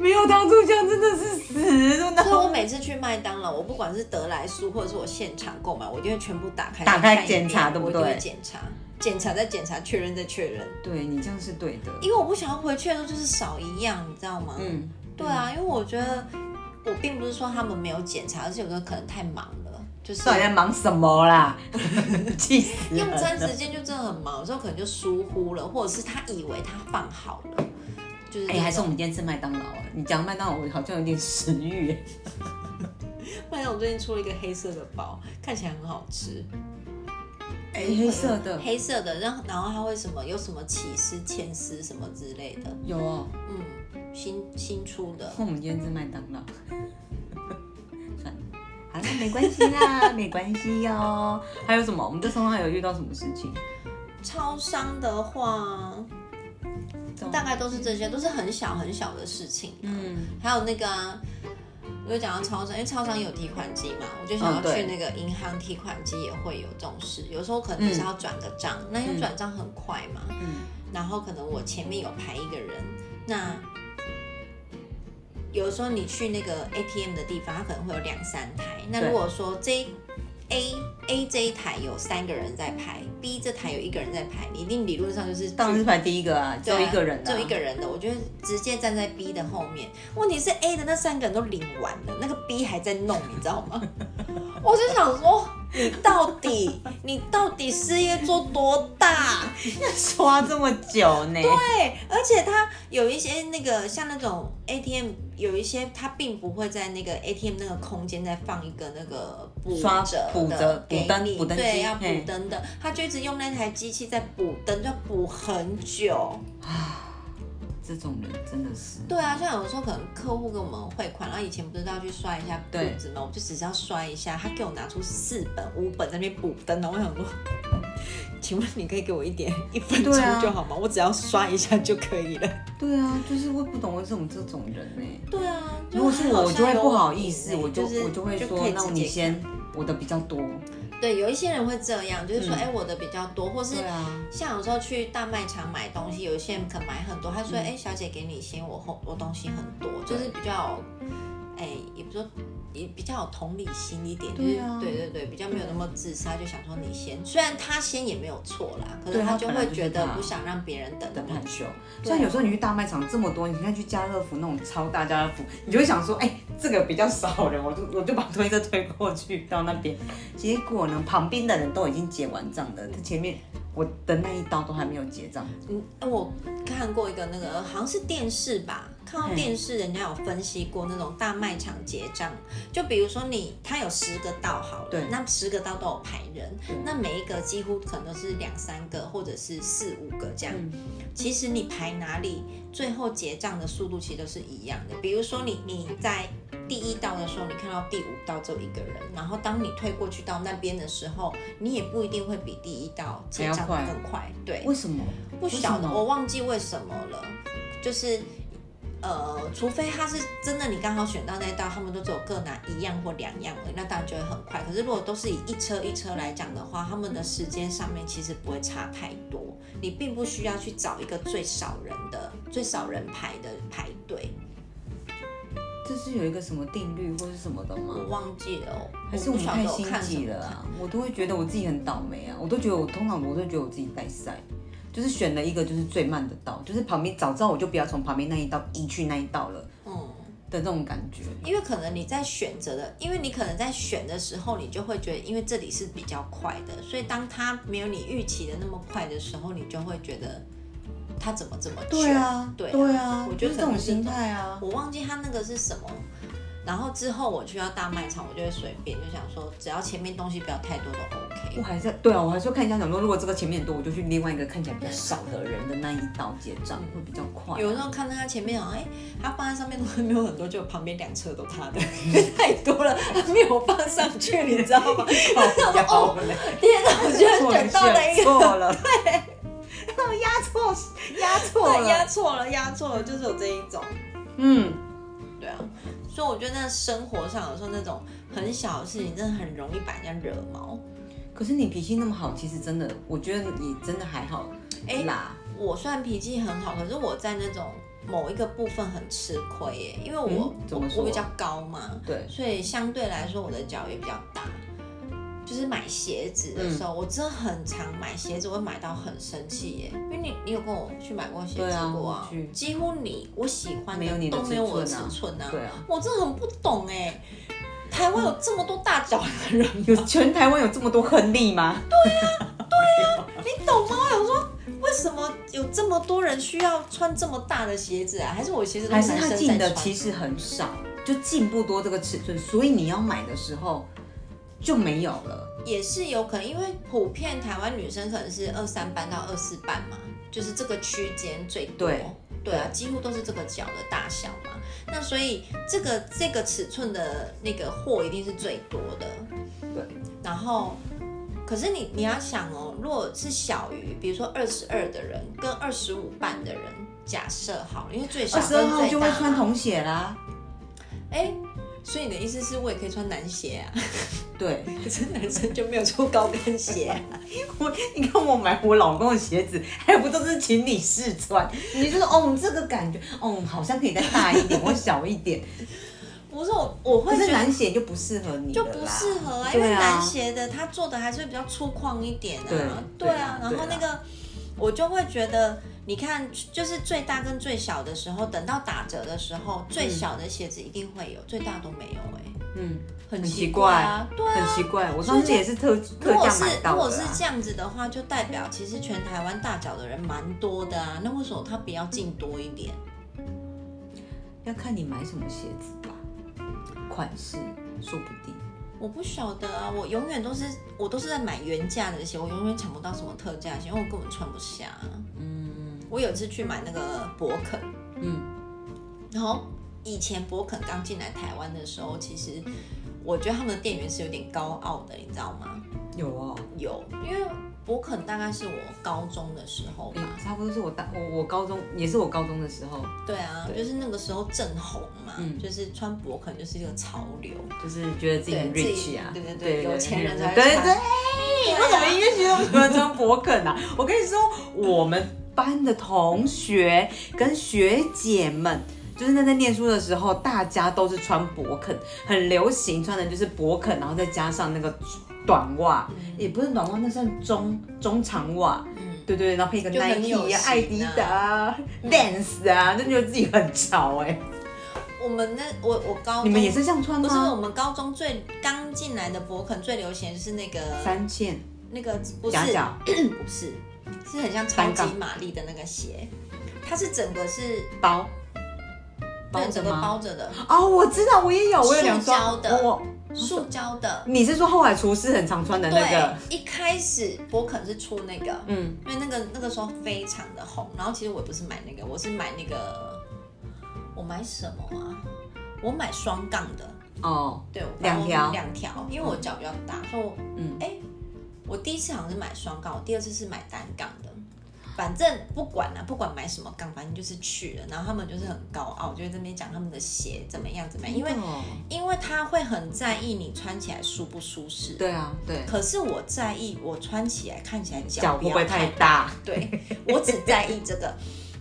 [SPEAKER 1] 没有糖醋酱真的是死，真
[SPEAKER 2] 所以我
[SPEAKER 1] 的。
[SPEAKER 2] 每次去麦当劳，我不管是得来速或者是我现场购买，我一定会全部打开，
[SPEAKER 1] 打开
[SPEAKER 2] 看一遍
[SPEAKER 1] 检查对不对
[SPEAKER 2] 我一定会检查，检查再检查，确认再确认。
[SPEAKER 1] 对你这样是对的，
[SPEAKER 2] 因为我不想要回去的时候就是少一样，你知道吗？
[SPEAKER 1] 嗯，
[SPEAKER 2] 对啊，因为我觉得我并不是说他们没有检查，而是有的可能太忙了，就是
[SPEAKER 1] 到底在忙什么啦？ 气死人
[SPEAKER 2] 用餐
[SPEAKER 1] 了！
[SPEAKER 2] 时间就真的很忙，有时候可能就疏忽了，或者是他以为他放好了，就是
[SPEAKER 1] 哎、
[SPEAKER 2] 那种
[SPEAKER 1] 还是我们今天吃麦当劳啊？你讲麦当劳，我好像有点食欲耶。
[SPEAKER 2] 麦当劳最近出了一个黑色的包，看起来很好吃，
[SPEAKER 1] 哎、黑色的
[SPEAKER 2] 黑色的，然后然后它会什么有什么起司、芡丝什么之类的，
[SPEAKER 1] 有哦。
[SPEAKER 2] 嗯，新新出的，
[SPEAKER 1] 那我们今天吃麦当劳，算了，好了，没关系啦，没关系哟、还有什么？我们在上海有遇到什么事情？
[SPEAKER 2] 超商的话大概都是这些，都是很小很小的事情，
[SPEAKER 1] 嗯，
[SPEAKER 2] 还有那个、啊，我就讲到超商，因为超商有提款机嘛，我就想要
[SPEAKER 1] 嗯对
[SPEAKER 2] 去那个银行提款机也会有这种事。有时候可能就是要转个账，那因为转账很快嘛，
[SPEAKER 1] 嗯
[SPEAKER 2] 然后可能我前面有排一个人，那有时候你去那个 ATM 的地方，它可能会有两三台。那
[SPEAKER 1] 对
[SPEAKER 2] 如果说这 A A 这一台有三个人在排，B 这台有一个人在排，你一定理论上就是
[SPEAKER 1] 当然是排第一个啊，只有一个人、啊，
[SPEAKER 2] 只 有一个人的，我觉得直接站在 B 的后面。问题是 A 的那三个人都领完了，那个 B 还在弄，你知道吗？ 我就想说，你到底你到底事业做多大？
[SPEAKER 1] 刷这么久呢。
[SPEAKER 2] 对，而且它有一些那个像那种 ATM，有一些它并不会在那个 ATM 那个空间再放一个那个补
[SPEAKER 1] 刷
[SPEAKER 2] 折
[SPEAKER 1] 补
[SPEAKER 2] 的
[SPEAKER 1] 折
[SPEAKER 2] 给
[SPEAKER 1] 补灯
[SPEAKER 2] 你
[SPEAKER 1] 补灯
[SPEAKER 2] 对，
[SPEAKER 1] 机
[SPEAKER 2] 要补
[SPEAKER 1] 嘿
[SPEAKER 2] 灯的，它就一直用那台机器在补灯，就要补很久。
[SPEAKER 1] 这种人真的是，
[SPEAKER 2] 对啊，像有时候可能客户给我们汇款，然后以前不是都要去刷一下簿
[SPEAKER 1] 对
[SPEAKER 2] 子吗？我就只是要刷一下，他给我拿出四本、五本在那边补灯，然后我想说， 请问你可以给我一点一分钟
[SPEAKER 1] 对啊
[SPEAKER 2] 就好吗？我只要刷一下就可以了。
[SPEAKER 1] 对啊，就是会不懂为什么这种人呢、
[SPEAKER 2] 对啊，
[SPEAKER 1] 如果是我，我就会不好意思，我
[SPEAKER 2] 就
[SPEAKER 1] 就是我就会
[SPEAKER 2] 可
[SPEAKER 1] 说，
[SPEAKER 2] 以
[SPEAKER 1] 那
[SPEAKER 2] 直
[SPEAKER 1] 你
[SPEAKER 2] 接
[SPEAKER 1] 先，我的比较多。
[SPEAKER 2] 对，有一些人会这样，就是说，
[SPEAKER 1] 嗯
[SPEAKER 2] 哎、我的比较多，或是
[SPEAKER 1] 对啊，
[SPEAKER 2] 像有时候去大卖场买东西，有一些人可能买很多，他
[SPEAKER 1] 嗯
[SPEAKER 2] 说：“哎、小姐，给你先，我后我东西很多，就是比较，哎、也不是说也比较有同理心一点，就是
[SPEAKER 1] 对啊
[SPEAKER 2] 对对对，比较没有那么自私，他就想说你先，虽然他先也没有错啦，可是
[SPEAKER 1] 对
[SPEAKER 2] 他
[SPEAKER 1] 他
[SPEAKER 2] 就
[SPEAKER 1] 本来
[SPEAKER 2] 会
[SPEAKER 1] 就是
[SPEAKER 2] 觉得
[SPEAKER 1] 他
[SPEAKER 2] 不想让别人等那
[SPEAKER 1] 等
[SPEAKER 2] 么
[SPEAKER 1] 很
[SPEAKER 2] 久。
[SPEAKER 1] 久。像有时候你去大卖场这么多，你看去家乐福那种超大家乐福，你就会想说，哎、这个比较少人，我就我就把推车推过去到那边。结果呢，旁边的人都已经结完账了，他前面我的那一刀都还没有结账。
[SPEAKER 2] 呃嗯，哎我看过一个那个好像是电视吧，看到电视人家有分析过那种大卖场结账，就比如说你它有十个道好了，
[SPEAKER 1] 对
[SPEAKER 2] 那十个道都有排人
[SPEAKER 1] 对，
[SPEAKER 2] 那每一个几乎可能都是两三个或者是四五个这样。
[SPEAKER 1] 嗯
[SPEAKER 2] 其实你排哪里，最后结账的速度其实都是一样的。比如说你你在第一道的时候，你看到第五道只有一个人，然后当你退过去到那边的时候，你也不一定会比第一道结账
[SPEAKER 1] 还要快
[SPEAKER 2] 的更快。对，
[SPEAKER 1] 为什么？
[SPEAKER 2] 不晓
[SPEAKER 1] 为什
[SPEAKER 2] 得
[SPEAKER 1] 么
[SPEAKER 2] 我忘记为什么了，就是。呃，除非他是真的，你刚好选到那一道，他们都只有各拿一样或两样而已，那当然就会很快。可是如果都是以一车一车来讲的话，他们的时间上面其实不会差太多，你并不需要去找一个最少人的、最少人排的排队。
[SPEAKER 1] 这是有一个什么定律或是什么的吗
[SPEAKER 2] 我？忘记了哦，
[SPEAKER 1] 还是
[SPEAKER 2] 我
[SPEAKER 1] 我们
[SPEAKER 2] 不晓得
[SPEAKER 1] 太
[SPEAKER 2] 我
[SPEAKER 1] 心
[SPEAKER 2] 看什
[SPEAKER 1] 急
[SPEAKER 2] 么
[SPEAKER 1] 了
[SPEAKER 2] 看
[SPEAKER 1] 啊！我都会觉得我自己很倒霉啊！我都觉得我通常我都觉得我自己带赛，就是选了一个就是最慢的道，就是旁边早知道我就不要从旁边那一道移去那一道了
[SPEAKER 2] 嗯。
[SPEAKER 1] 的这种感觉。
[SPEAKER 2] 因为可能你在选择的，因为你可能在选的时候，你就会觉得，因为这里是比较快的，所以当它没有你预期的那么快的时候，你就会觉得它怎么这么卷
[SPEAKER 1] 对啊，
[SPEAKER 2] 对啊
[SPEAKER 1] 对啊，
[SPEAKER 2] 我
[SPEAKER 1] 就
[SPEAKER 2] 觉得
[SPEAKER 1] 是这种
[SPEAKER 2] 可能
[SPEAKER 1] 心态啊。
[SPEAKER 2] 我忘记它那个是什么。然后之后我去到大卖场，我就会随便就想说，只要前面东西不要太多都
[SPEAKER 1] 我
[SPEAKER 2] OK。
[SPEAKER 1] 还是对啊，我还是会看一下，想说如果这个前面很多，我就去另外一个看起来比较少的人的那一道结账，会比较快。啊
[SPEAKER 2] 有时候看到它前面好像，哎，它放在上面东西没有很多，就旁边两车都它的， 因为太多了，它没有放上去，你知道吗？
[SPEAKER 1] 哦，
[SPEAKER 2] 天哪，我居然
[SPEAKER 1] 错
[SPEAKER 2] 选到了一
[SPEAKER 1] 选
[SPEAKER 2] 个
[SPEAKER 1] 错了， 压错压错
[SPEAKER 2] 对，压
[SPEAKER 1] 了，
[SPEAKER 2] 错了，压错了，就是有这一种。
[SPEAKER 1] 嗯。
[SPEAKER 2] 对啊，所以我觉得生活上有时候那种很小的事情，真的很容易把人家惹毛。
[SPEAKER 1] 可是你脾气那么好，其实真的，我觉得也真的还好
[SPEAKER 2] 哎
[SPEAKER 1] 啦。
[SPEAKER 2] 我虽然脾气很好，可是我在那种某一个部分很吃亏耶，因为我、
[SPEAKER 1] 嗯怎么
[SPEAKER 2] 我
[SPEAKER 1] 说
[SPEAKER 2] 我比较高嘛，
[SPEAKER 1] 对，
[SPEAKER 2] 所以相对来说我的脚也比较大。就是买鞋子的
[SPEAKER 1] 嗯
[SPEAKER 2] 时候，我真的很常买鞋子，我会买到很生气耶。因为你，你有跟我去买过鞋
[SPEAKER 1] 对
[SPEAKER 2] 子
[SPEAKER 1] 啊
[SPEAKER 2] 过
[SPEAKER 1] 我去
[SPEAKER 2] 几乎你我喜欢
[SPEAKER 1] 没有你的
[SPEAKER 2] 都没有我的
[SPEAKER 1] 尺
[SPEAKER 2] 尺
[SPEAKER 1] 寸啊
[SPEAKER 2] 寸啊。
[SPEAKER 1] 对啊，
[SPEAKER 2] 我真的很不懂哎、台湾有这么多大脚 的人，
[SPEAKER 1] 有全台湾有这么多亨利吗？
[SPEAKER 2] 你懂吗？我想说，为什么有这么多人需要穿这么大的鞋子啊？还是我其实都
[SPEAKER 1] 还
[SPEAKER 2] 男
[SPEAKER 1] 是
[SPEAKER 2] 生
[SPEAKER 1] 他
[SPEAKER 2] 在
[SPEAKER 1] 进
[SPEAKER 2] 穿
[SPEAKER 1] 的其实很少，就进不多这个尺寸，所以你要买的时候就没有了。
[SPEAKER 2] 也是有可能，因为普遍台湾女生可能是二三班到二四班嘛，就是这个区间最多。
[SPEAKER 1] 对
[SPEAKER 2] 对啊，几乎都是这个脚的大小嘛。那所以这个这个尺寸的那个货一定是最多的。
[SPEAKER 1] 对，
[SPEAKER 2] 然后，可是你你要想哦，如果是小于，比如说二十二的人跟二十五半的人，假设好了，因为最小
[SPEAKER 1] 二十
[SPEAKER 2] 跟最
[SPEAKER 1] 二
[SPEAKER 2] 大
[SPEAKER 1] 号就会
[SPEAKER 2] 嘛
[SPEAKER 1] 穿。童鞋啦。
[SPEAKER 2] 哎，所以你的意思是我也可以穿男鞋啊？
[SPEAKER 1] 对，
[SPEAKER 2] 可是男生就没有穿高跟鞋啊、
[SPEAKER 1] 我你看我买我老公的鞋子，还不都是请你试穿？你就说哦，这个感觉，哦，好像可以再大一点，或小一 点。
[SPEAKER 2] 不是我，我会
[SPEAKER 1] 可是
[SPEAKER 2] 觉得
[SPEAKER 1] 男鞋就不适合你
[SPEAKER 2] 就
[SPEAKER 1] 了
[SPEAKER 2] 不
[SPEAKER 1] 啦
[SPEAKER 2] 适合啊，因
[SPEAKER 1] 对
[SPEAKER 2] 为男鞋的它做的还是比较粗犷一点啊。
[SPEAKER 1] 对对
[SPEAKER 2] 对
[SPEAKER 1] 啦，
[SPEAKER 2] 啊然后那个我就会觉得，你看，就是最大跟最小的时候，等到打折的时候，最小的鞋子一定会有，最大都没有哎、
[SPEAKER 1] 嗯，
[SPEAKER 2] 嗯很
[SPEAKER 1] 很奇
[SPEAKER 2] 奇
[SPEAKER 1] 怪
[SPEAKER 2] 啊。对啊，
[SPEAKER 1] 很奇怪，我上次也是特特
[SPEAKER 2] 如果
[SPEAKER 1] 价
[SPEAKER 2] 是
[SPEAKER 1] 买
[SPEAKER 2] 如
[SPEAKER 1] 到
[SPEAKER 2] 果
[SPEAKER 1] 的
[SPEAKER 2] 是
[SPEAKER 1] 啊、
[SPEAKER 2] 这样子的话，就代表其实全台湾大脚的人蛮多的啊。那为什么他不要进多一点？
[SPEAKER 1] 要看你买什么鞋子吧，款式说不定。
[SPEAKER 2] 我不晓得啊，我永远都是我都是在买原价的鞋，我永远抢不到什么特价鞋，因为我根本穿不下啊、
[SPEAKER 1] 嗯
[SPEAKER 2] 我有一次去买那个博肯，
[SPEAKER 1] 嗯，
[SPEAKER 2] 然后以前博肯刚进来台湾的时候，其实我觉得他们的店员是有点高傲的，你知道吗？
[SPEAKER 1] 有哦，
[SPEAKER 2] 有，因为博肯大概是我高中的时候
[SPEAKER 1] 哎
[SPEAKER 2] 吧，
[SPEAKER 1] 差不多是我大我我高中也是我高中的时候，
[SPEAKER 2] 对啊，就是那个时候正红嘛，
[SPEAKER 1] 嗯
[SPEAKER 2] 就是穿博肯就是一个潮流。
[SPEAKER 1] 就是觉得自己很
[SPEAKER 2] 对自
[SPEAKER 1] rich
[SPEAKER 2] 己
[SPEAKER 1] 啊，
[SPEAKER 2] 对对对
[SPEAKER 1] 对，
[SPEAKER 2] 有钱人才会
[SPEAKER 1] 对对
[SPEAKER 2] 穿
[SPEAKER 1] 对。
[SPEAKER 2] 对啊
[SPEAKER 1] 为什么音乐系那么喜欢穿博肯啊？我跟你说，我们班的同学跟学姐们。就是那在念书的时候，大家都是穿博肯，很流行穿的就是博肯，然后再加上那个短袜，也不是短袜，那算中中长袜，
[SPEAKER 2] 嗯
[SPEAKER 1] 对对，然后配一个
[SPEAKER 2] 就很
[SPEAKER 1] Nike
[SPEAKER 2] 有型
[SPEAKER 1] 啊
[SPEAKER 2] 啊、
[SPEAKER 1] 艾迪达啊、Vans 啊，就觉得自己很潮哎、
[SPEAKER 2] 我们那我我高中
[SPEAKER 1] 你们也哦是这样穿
[SPEAKER 2] 不是我
[SPEAKER 1] 吗？
[SPEAKER 2] 们高中最刚进来的博肯最流行的是那个
[SPEAKER 1] 三线
[SPEAKER 2] 那个不是
[SPEAKER 1] 夹脚，
[SPEAKER 2] 不是，是很像超
[SPEAKER 1] 单
[SPEAKER 2] 级
[SPEAKER 1] 杠
[SPEAKER 2] 玛丽的那个鞋，它是整个是
[SPEAKER 1] 包包
[SPEAKER 2] 对，整
[SPEAKER 1] 着
[SPEAKER 2] 个
[SPEAKER 1] 吗？
[SPEAKER 2] 包着的，
[SPEAKER 1] 哦，我知道，我也有，我有两
[SPEAKER 2] 塑胶
[SPEAKER 1] 双。
[SPEAKER 2] 的
[SPEAKER 1] 我
[SPEAKER 2] 塑胶的。
[SPEAKER 1] 你是说后来厨师很常穿的那个？
[SPEAKER 2] 对，一开始博肯是出那个，
[SPEAKER 1] 嗯，
[SPEAKER 2] 因为那个那个时候非常的红，然后其实我也不是买那个，我是买那个，我买什么啊？我买双杠的，
[SPEAKER 1] 哦，
[SPEAKER 2] 对，我
[SPEAKER 1] 两条
[SPEAKER 2] 两条，因为我脚比较大，所以我
[SPEAKER 1] 嗯，
[SPEAKER 2] 哎、我第一次好像是买双杠，我第二次是买单杠的。反正不管啦、不管买什么杠，反正就是去了。然后他们就是很高傲，就在那边讲他们的鞋怎么样怎么样，因为
[SPEAKER 1] 哦
[SPEAKER 2] 因为他会很在意你穿起来舒不舒适。
[SPEAKER 1] 对啊，对，
[SPEAKER 2] 可是我在意我穿起来看起来脚
[SPEAKER 1] 脚
[SPEAKER 2] 不
[SPEAKER 1] 不
[SPEAKER 2] 要
[SPEAKER 1] 会太大。
[SPEAKER 2] 对我只在意这个。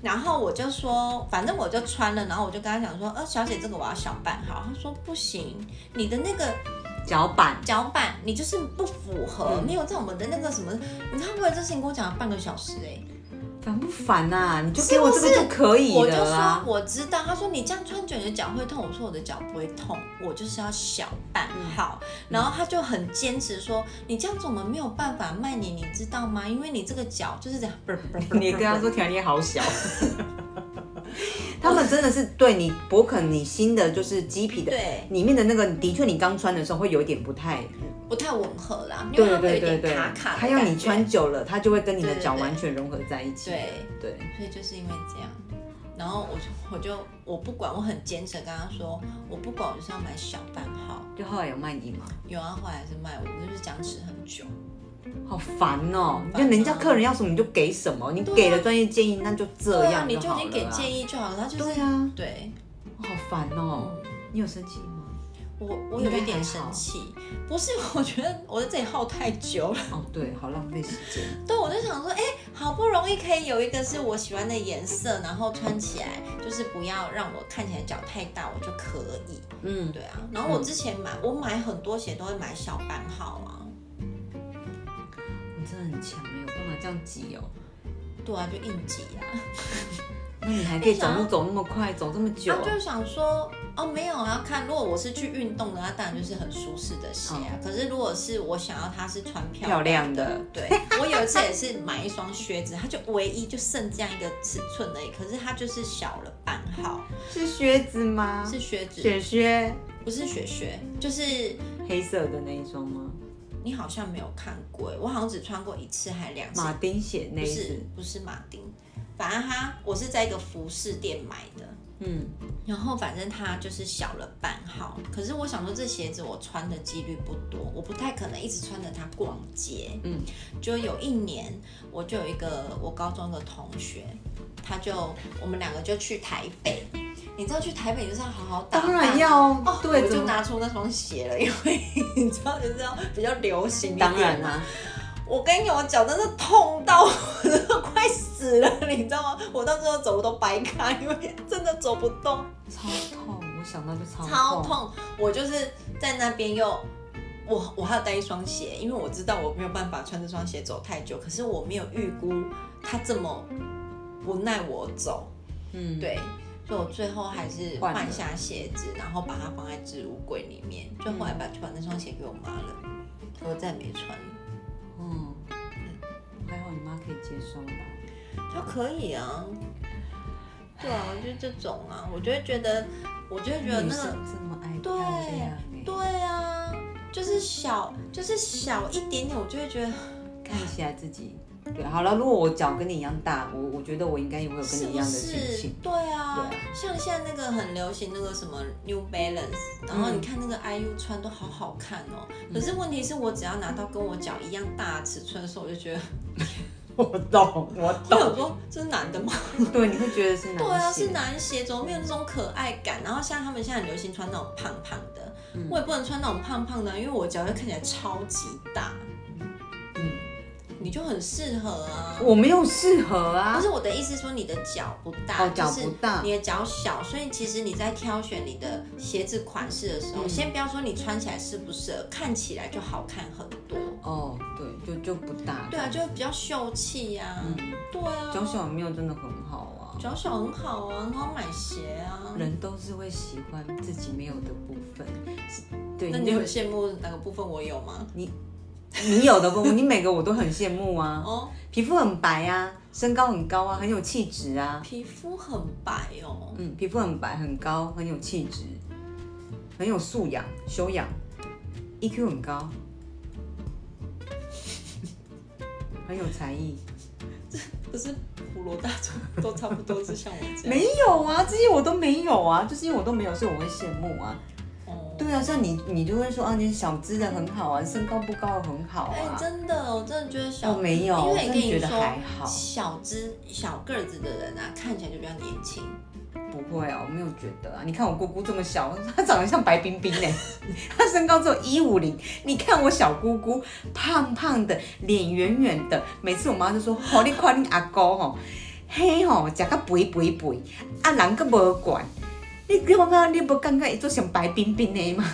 [SPEAKER 2] 然后我就说，反正我就穿了，然后我就跟他讲说，呃，小姐，这个我要小半号。他说不行，你的那个
[SPEAKER 1] 脚板
[SPEAKER 2] 脚板你就是不符合，
[SPEAKER 1] 嗯
[SPEAKER 2] 你有在我们的那个什么，你知道为了这事情跟我讲了半个小时哎、
[SPEAKER 1] 烦不烦呐、你就给
[SPEAKER 2] 是不
[SPEAKER 1] 我这个就是可以
[SPEAKER 2] 我就
[SPEAKER 1] 了啊
[SPEAKER 2] 说
[SPEAKER 1] 啦。
[SPEAKER 2] 我知道，他说你这样穿久你的脚会痛，我说我的脚不会痛，我就是要小半
[SPEAKER 1] 嗯
[SPEAKER 2] 号。然后他就很坚持说，你这样子我们没有办法卖你，你知道吗？因为你这个脚就是这样，不是不是不是
[SPEAKER 1] 你跟他说条件好小， 他们真的是对你勃肯你新的就是鸡皮的
[SPEAKER 2] 对
[SPEAKER 1] 里面的那个，的确你刚穿的时候会有点不太，
[SPEAKER 2] 不太吻合啦，因
[SPEAKER 1] 对
[SPEAKER 2] 为它会
[SPEAKER 1] 对
[SPEAKER 2] 有
[SPEAKER 1] 对
[SPEAKER 2] 一点
[SPEAKER 1] 对
[SPEAKER 2] 卡，卡的
[SPEAKER 1] 他要你
[SPEAKER 2] 感觉
[SPEAKER 1] 穿久了，他就会跟你的
[SPEAKER 2] 对对
[SPEAKER 1] 脚
[SPEAKER 2] 对
[SPEAKER 1] 完全融合在一起。
[SPEAKER 2] 对，
[SPEAKER 1] 对，
[SPEAKER 2] 所以就是因为这样，然后我就我就我不管，我很坚持地跟他说，我不管，我就是要买小半号。
[SPEAKER 1] 就后来有卖你吗？
[SPEAKER 2] 有啊，后来是卖我，就是僵持很久。
[SPEAKER 1] 好烦哦、你
[SPEAKER 2] 很烦
[SPEAKER 1] 就
[SPEAKER 2] 啊
[SPEAKER 1] 人家客人要什么你就给什么，你
[SPEAKER 2] 对啊
[SPEAKER 1] 给了专业建议那就这
[SPEAKER 2] 对啊，
[SPEAKER 1] 样
[SPEAKER 2] 你就
[SPEAKER 1] 好
[SPEAKER 2] 已
[SPEAKER 1] 了
[SPEAKER 2] 经
[SPEAKER 1] 啦。
[SPEAKER 2] 给建议就好了，他就是
[SPEAKER 1] 对啊，
[SPEAKER 2] 对
[SPEAKER 1] 好烦哦、你有生气吗？
[SPEAKER 2] 我我有一
[SPEAKER 1] 应该还
[SPEAKER 2] 点
[SPEAKER 1] 好
[SPEAKER 2] 生气，不是，我觉得我在这里耗太久了。
[SPEAKER 1] 哦，对，好浪费时间。
[SPEAKER 2] 对，我就想说，哎、好不容易可以有一个是我喜欢的颜色，然后穿起来就是不要让我看起来脚太大，我就可以。
[SPEAKER 1] 嗯，
[SPEAKER 2] 对啊，然后我之前买，我买很多鞋都会买小半号啊。
[SPEAKER 1] 你真的很强哎，我干嘛这样挤哦？
[SPEAKER 2] 对啊，就应急啊。
[SPEAKER 1] 那你还可以走路走那么快，走这么久
[SPEAKER 2] 他、就想说，哦，没有，要看。如果我是去运动的，那当然就是很舒适的鞋啊。可是如果是我想要它是穿漂
[SPEAKER 1] 漂
[SPEAKER 2] 亮
[SPEAKER 1] 亮的，
[SPEAKER 2] 对我有一次也是买一双靴子，它就唯一就剩这样一个尺寸而已，可是它就是小了半号，
[SPEAKER 1] 是靴子吗？
[SPEAKER 2] 是靴子，
[SPEAKER 1] 雪靴，
[SPEAKER 2] 不是雪靴，就是
[SPEAKER 1] 黑色的那一双吗？
[SPEAKER 2] 你好像没有看过欸，我好像只穿过一次还两次，
[SPEAKER 1] 马丁鞋那
[SPEAKER 2] 不
[SPEAKER 1] 一
[SPEAKER 2] 是
[SPEAKER 1] 只，
[SPEAKER 2] 不是马丁，反正它我是在一个服饰店买的，
[SPEAKER 1] 嗯，
[SPEAKER 2] 然后反正它就是小了半号，可是我想说这鞋子我穿的几率不多，我不太可能一直穿着它逛街。
[SPEAKER 1] 嗯，
[SPEAKER 2] 就有一年，我就有一个我高中的同学，他就我们两个就去台北，你知道去台北就是要好好打扮，
[SPEAKER 1] 当然要
[SPEAKER 2] 哦，
[SPEAKER 1] 对，
[SPEAKER 2] 我
[SPEAKER 1] 怎么
[SPEAKER 2] 就拿出那双鞋了，因为 你知道就是要比较流行一点
[SPEAKER 1] 当然啦、
[SPEAKER 2] 我跟你讲，我脚真的痛到我都快死了，你知道吗？我到最后走路都掰开，因为真的走不动。
[SPEAKER 1] 超痛，我想到就超
[SPEAKER 2] 超。痛！我就是在那边又，我我还要带一双鞋，因为我知道我没有办法穿这双鞋走太久，可是我没有预估它这么不耐我走，
[SPEAKER 1] 嗯，
[SPEAKER 2] 对，所以我最后还是
[SPEAKER 1] 换了
[SPEAKER 2] 换下鞋子，然后把它放在置物柜里面，就后来把就把那双鞋给我妈了，我再也没穿了。
[SPEAKER 1] 嗯，还好你妈可以接受啦。
[SPEAKER 2] 就可以啊。对啊，我就这种啊，我就会觉得，我就会觉得
[SPEAKER 1] 女
[SPEAKER 2] 啊那
[SPEAKER 1] 生
[SPEAKER 2] 个。
[SPEAKER 1] 这么爱漂亮哎、
[SPEAKER 2] 对，对啊，就是小，就是小一点点，我就会觉得
[SPEAKER 1] 看起来自己。对，好了，如果我脚跟你一样大，我我觉得我应该也会有跟
[SPEAKER 2] 是
[SPEAKER 1] 你一
[SPEAKER 2] 不
[SPEAKER 1] 样的
[SPEAKER 2] 是
[SPEAKER 1] 情形。？
[SPEAKER 2] 对啊，
[SPEAKER 1] 对啊
[SPEAKER 2] 像现在那个很流行那个什么 New Balance，然后
[SPEAKER 1] 嗯
[SPEAKER 2] 你看那个 IU 穿都好好看哦。可是问题是我只要拿到跟我脚一样大的尺寸的时候，我就 觉得，
[SPEAKER 1] 我懂，我
[SPEAKER 2] 我想。说这是男的 吗？
[SPEAKER 1] 对，你会觉得是男
[SPEAKER 2] 对啊，
[SPEAKER 1] 鞋
[SPEAKER 2] 是男鞋，怎么没有那种可爱感？然后像他们现在很流行穿那种胖胖的，
[SPEAKER 1] 嗯
[SPEAKER 2] 我也不能穿那种胖胖的，啊因为我脚会看起来超级大。
[SPEAKER 1] 嗯
[SPEAKER 2] 你就很适合啊。
[SPEAKER 1] 我没有适合啊
[SPEAKER 2] 不是。我的意思是说你的脚不大，
[SPEAKER 1] 哦脚不大
[SPEAKER 2] 就是你的脚小，所以其实你在挑选你的鞋子款式的时
[SPEAKER 1] 嗯
[SPEAKER 2] 候，先不要说你穿起来适不适合，看起来就好看很多。
[SPEAKER 1] 哦，对，就就不大。
[SPEAKER 2] 对啊，就比较秀气呀、
[SPEAKER 1] 嗯
[SPEAKER 2] 啊。对啊，
[SPEAKER 1] 脚小没有真的很好啊。
[SPEAKER 2] 脚小很好啊，很好买鞋啊。
[SPEAKER 1] 人都是会喜欢自己没有的部分，是对，
[SPEAKER 2] 那你很羡慕哪个部分我有吗？
[SPEAKER 1] 你有的部分，你每个我都很羡慕啊。
[SPEAKER 2] 哦，
[SPEAKER 1] 皮肤很白啊，身高很高啊，很有气质啊，
[SPEAKER 2] 皮肤很白哦，
[SPEAKER 1] 嗯，皮肤很白很高，很有气质，很有素养修养，EQ 很高， 很有才艺。
[SPEAKER 2] 不是普罗大众都差不多是像我这样。
[SPEAKER 1] 没有啊，这些我都没有啊，就是因为我都没有，所以我会羡慕啊。
[SPEAKER 2] 哦，
[SPEAKER 1] 对啊，像你，你就会说啊，你小资的很好啊，身高不高的很好
[SPEAKER 2] 哎、
[SPEAKER 1] 啊。
[SPEAKER 2] 真的，我真的觉得小，
[SPEAKER 1] 哦没有
[SPEAKER 2] 因为跟
[SPEAKER 1] 我真
[SPEAKER 2] 你
[SPEAKER 1] 的觉得还好
[SPEAKER 2] 说，小只小个子的人啊，看起来就比较年 轻。
[SPEAKER 1] 不会啊，我没有觉得啊。你看我姑姑这么小， 她长得像白冰冰哎、 她身高只有一五零。你看我小姑姑，胖胖的，脸圆圆的。每次我妈就说：“吼、你看你阿姑吼，嘿吼，食到肥肥肥，啊人个无管。”你你感觉你不感觉伊做像白冰冰的吗？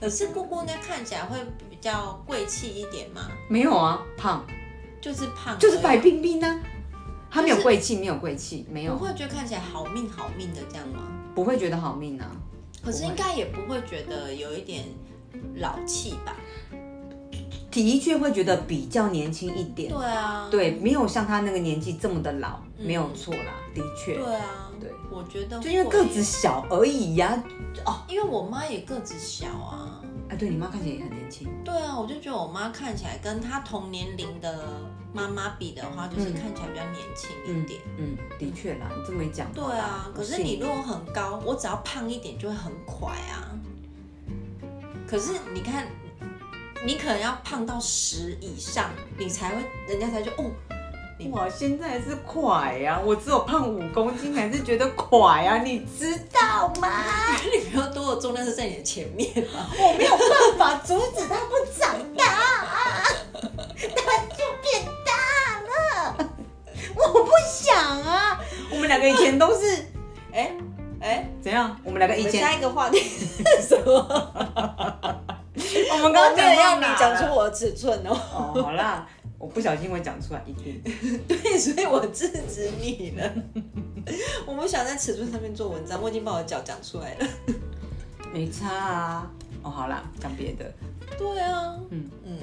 [SPEAKER 2] 可是姑姑呢，看起来会比较贵气一点嘛，
[SPEAKER 1] 没有啊，胖
[SPEAKER 2] 就是胖，
[SPEAKER 1] 就是白。冰冰啊。她没有贵气，没有贵气，没
[SPEAKER 2] 不
[SPEAKER 1] 有
[SPEAKER 2] 会觉得看起来好命好命的这样吗？
[SPEAKER 1] 不会觉得好命啊。
[SPEAKER 2] 可是应该也不会觉得有一点老气吧？
[SPEAKER 1] 的确会觉得比较年轻一点
[SPEAKER 2] 对，啊，
[SPEAKER 1] 对，没有像他那个年纪这么的老，
[SPEAKER 2] 嗯
[SPEAKER 1] 没有错啦，的确，
[SPEAKER 2] 对啊，
[SPEAKER 1] 对，
[SPEAKER 2] 我觉得
[SPEAKER 1] 就因为
[SPEAKER 2] 会啊
[SPEAKER 1] 个子，小而已呀、哦，
[SPEAKER 2] 因为我妈也个子小啊。
[SPEAKER 1] 哎，对你妈看起来也很年轻，
[SPEAKER 2] 对啊，我就觉得我妈看起来跟她同年龄的妈妈比的话，就是
[SPEAKER 1] 嗯
[SPEAKER 2] 看起来比较年轻一点。
[SPEAKER 1] 嗯，的确啦，你这么一讲，
[SPEAKER 2] 对啊，可是你如果很高，我只要胖一点就会很快啊。可是你看，你可能要胖到十以上，你才会人家才就哦， 你
[SPEAKER 1] 我现在是垮呀、我只有胖五公斤，还是觉得垮呀、你知道吗？
[SPEAKER 2] 你不要多的重量是在你的前面 啊。
[SPEAKER 1] 我没有办法阻止它不长大，它就变大了，我不想啊，我们两个以前都是
[SPEAKER 2] 哎哎，
[SPEAKER 1] 怎样？我们两个
[SPEAKER 2] 我
[SPEAKER 1] 以
[SPEAKER 2] 们
[SPEAKER 1] 前
[SPEAKER 2] 下一个话题是什么？
[SPEAKER 1] 我们
[SPEAKER 3] 我刚 刚
[SPEAKER 1] 刚刚讲
[SPEAKER 3] 要
[SPEAKER 1] 到
[SPEAKER 3] 你
[SPEAKER 1] 哪
[SPEAKER 3] 讲
[SPEAKER 1] 了
[SPEAKER 3] 出我的尺寸哦。
[SPEAKER 1] 哦，好啦，我不小心会讲出来，一定。
[SPEAKER 2] 对， 所以我制止你了。 我不想在尺寸上面做文章，我已经把我的脚讲出来了。
[SPEAKER 1] 没差啊。哦，好啦，讲别的。
[SPEAKER 2] 对啊，
[SPEAKER 1] 嗯
[SPEAKER 2] 嗯，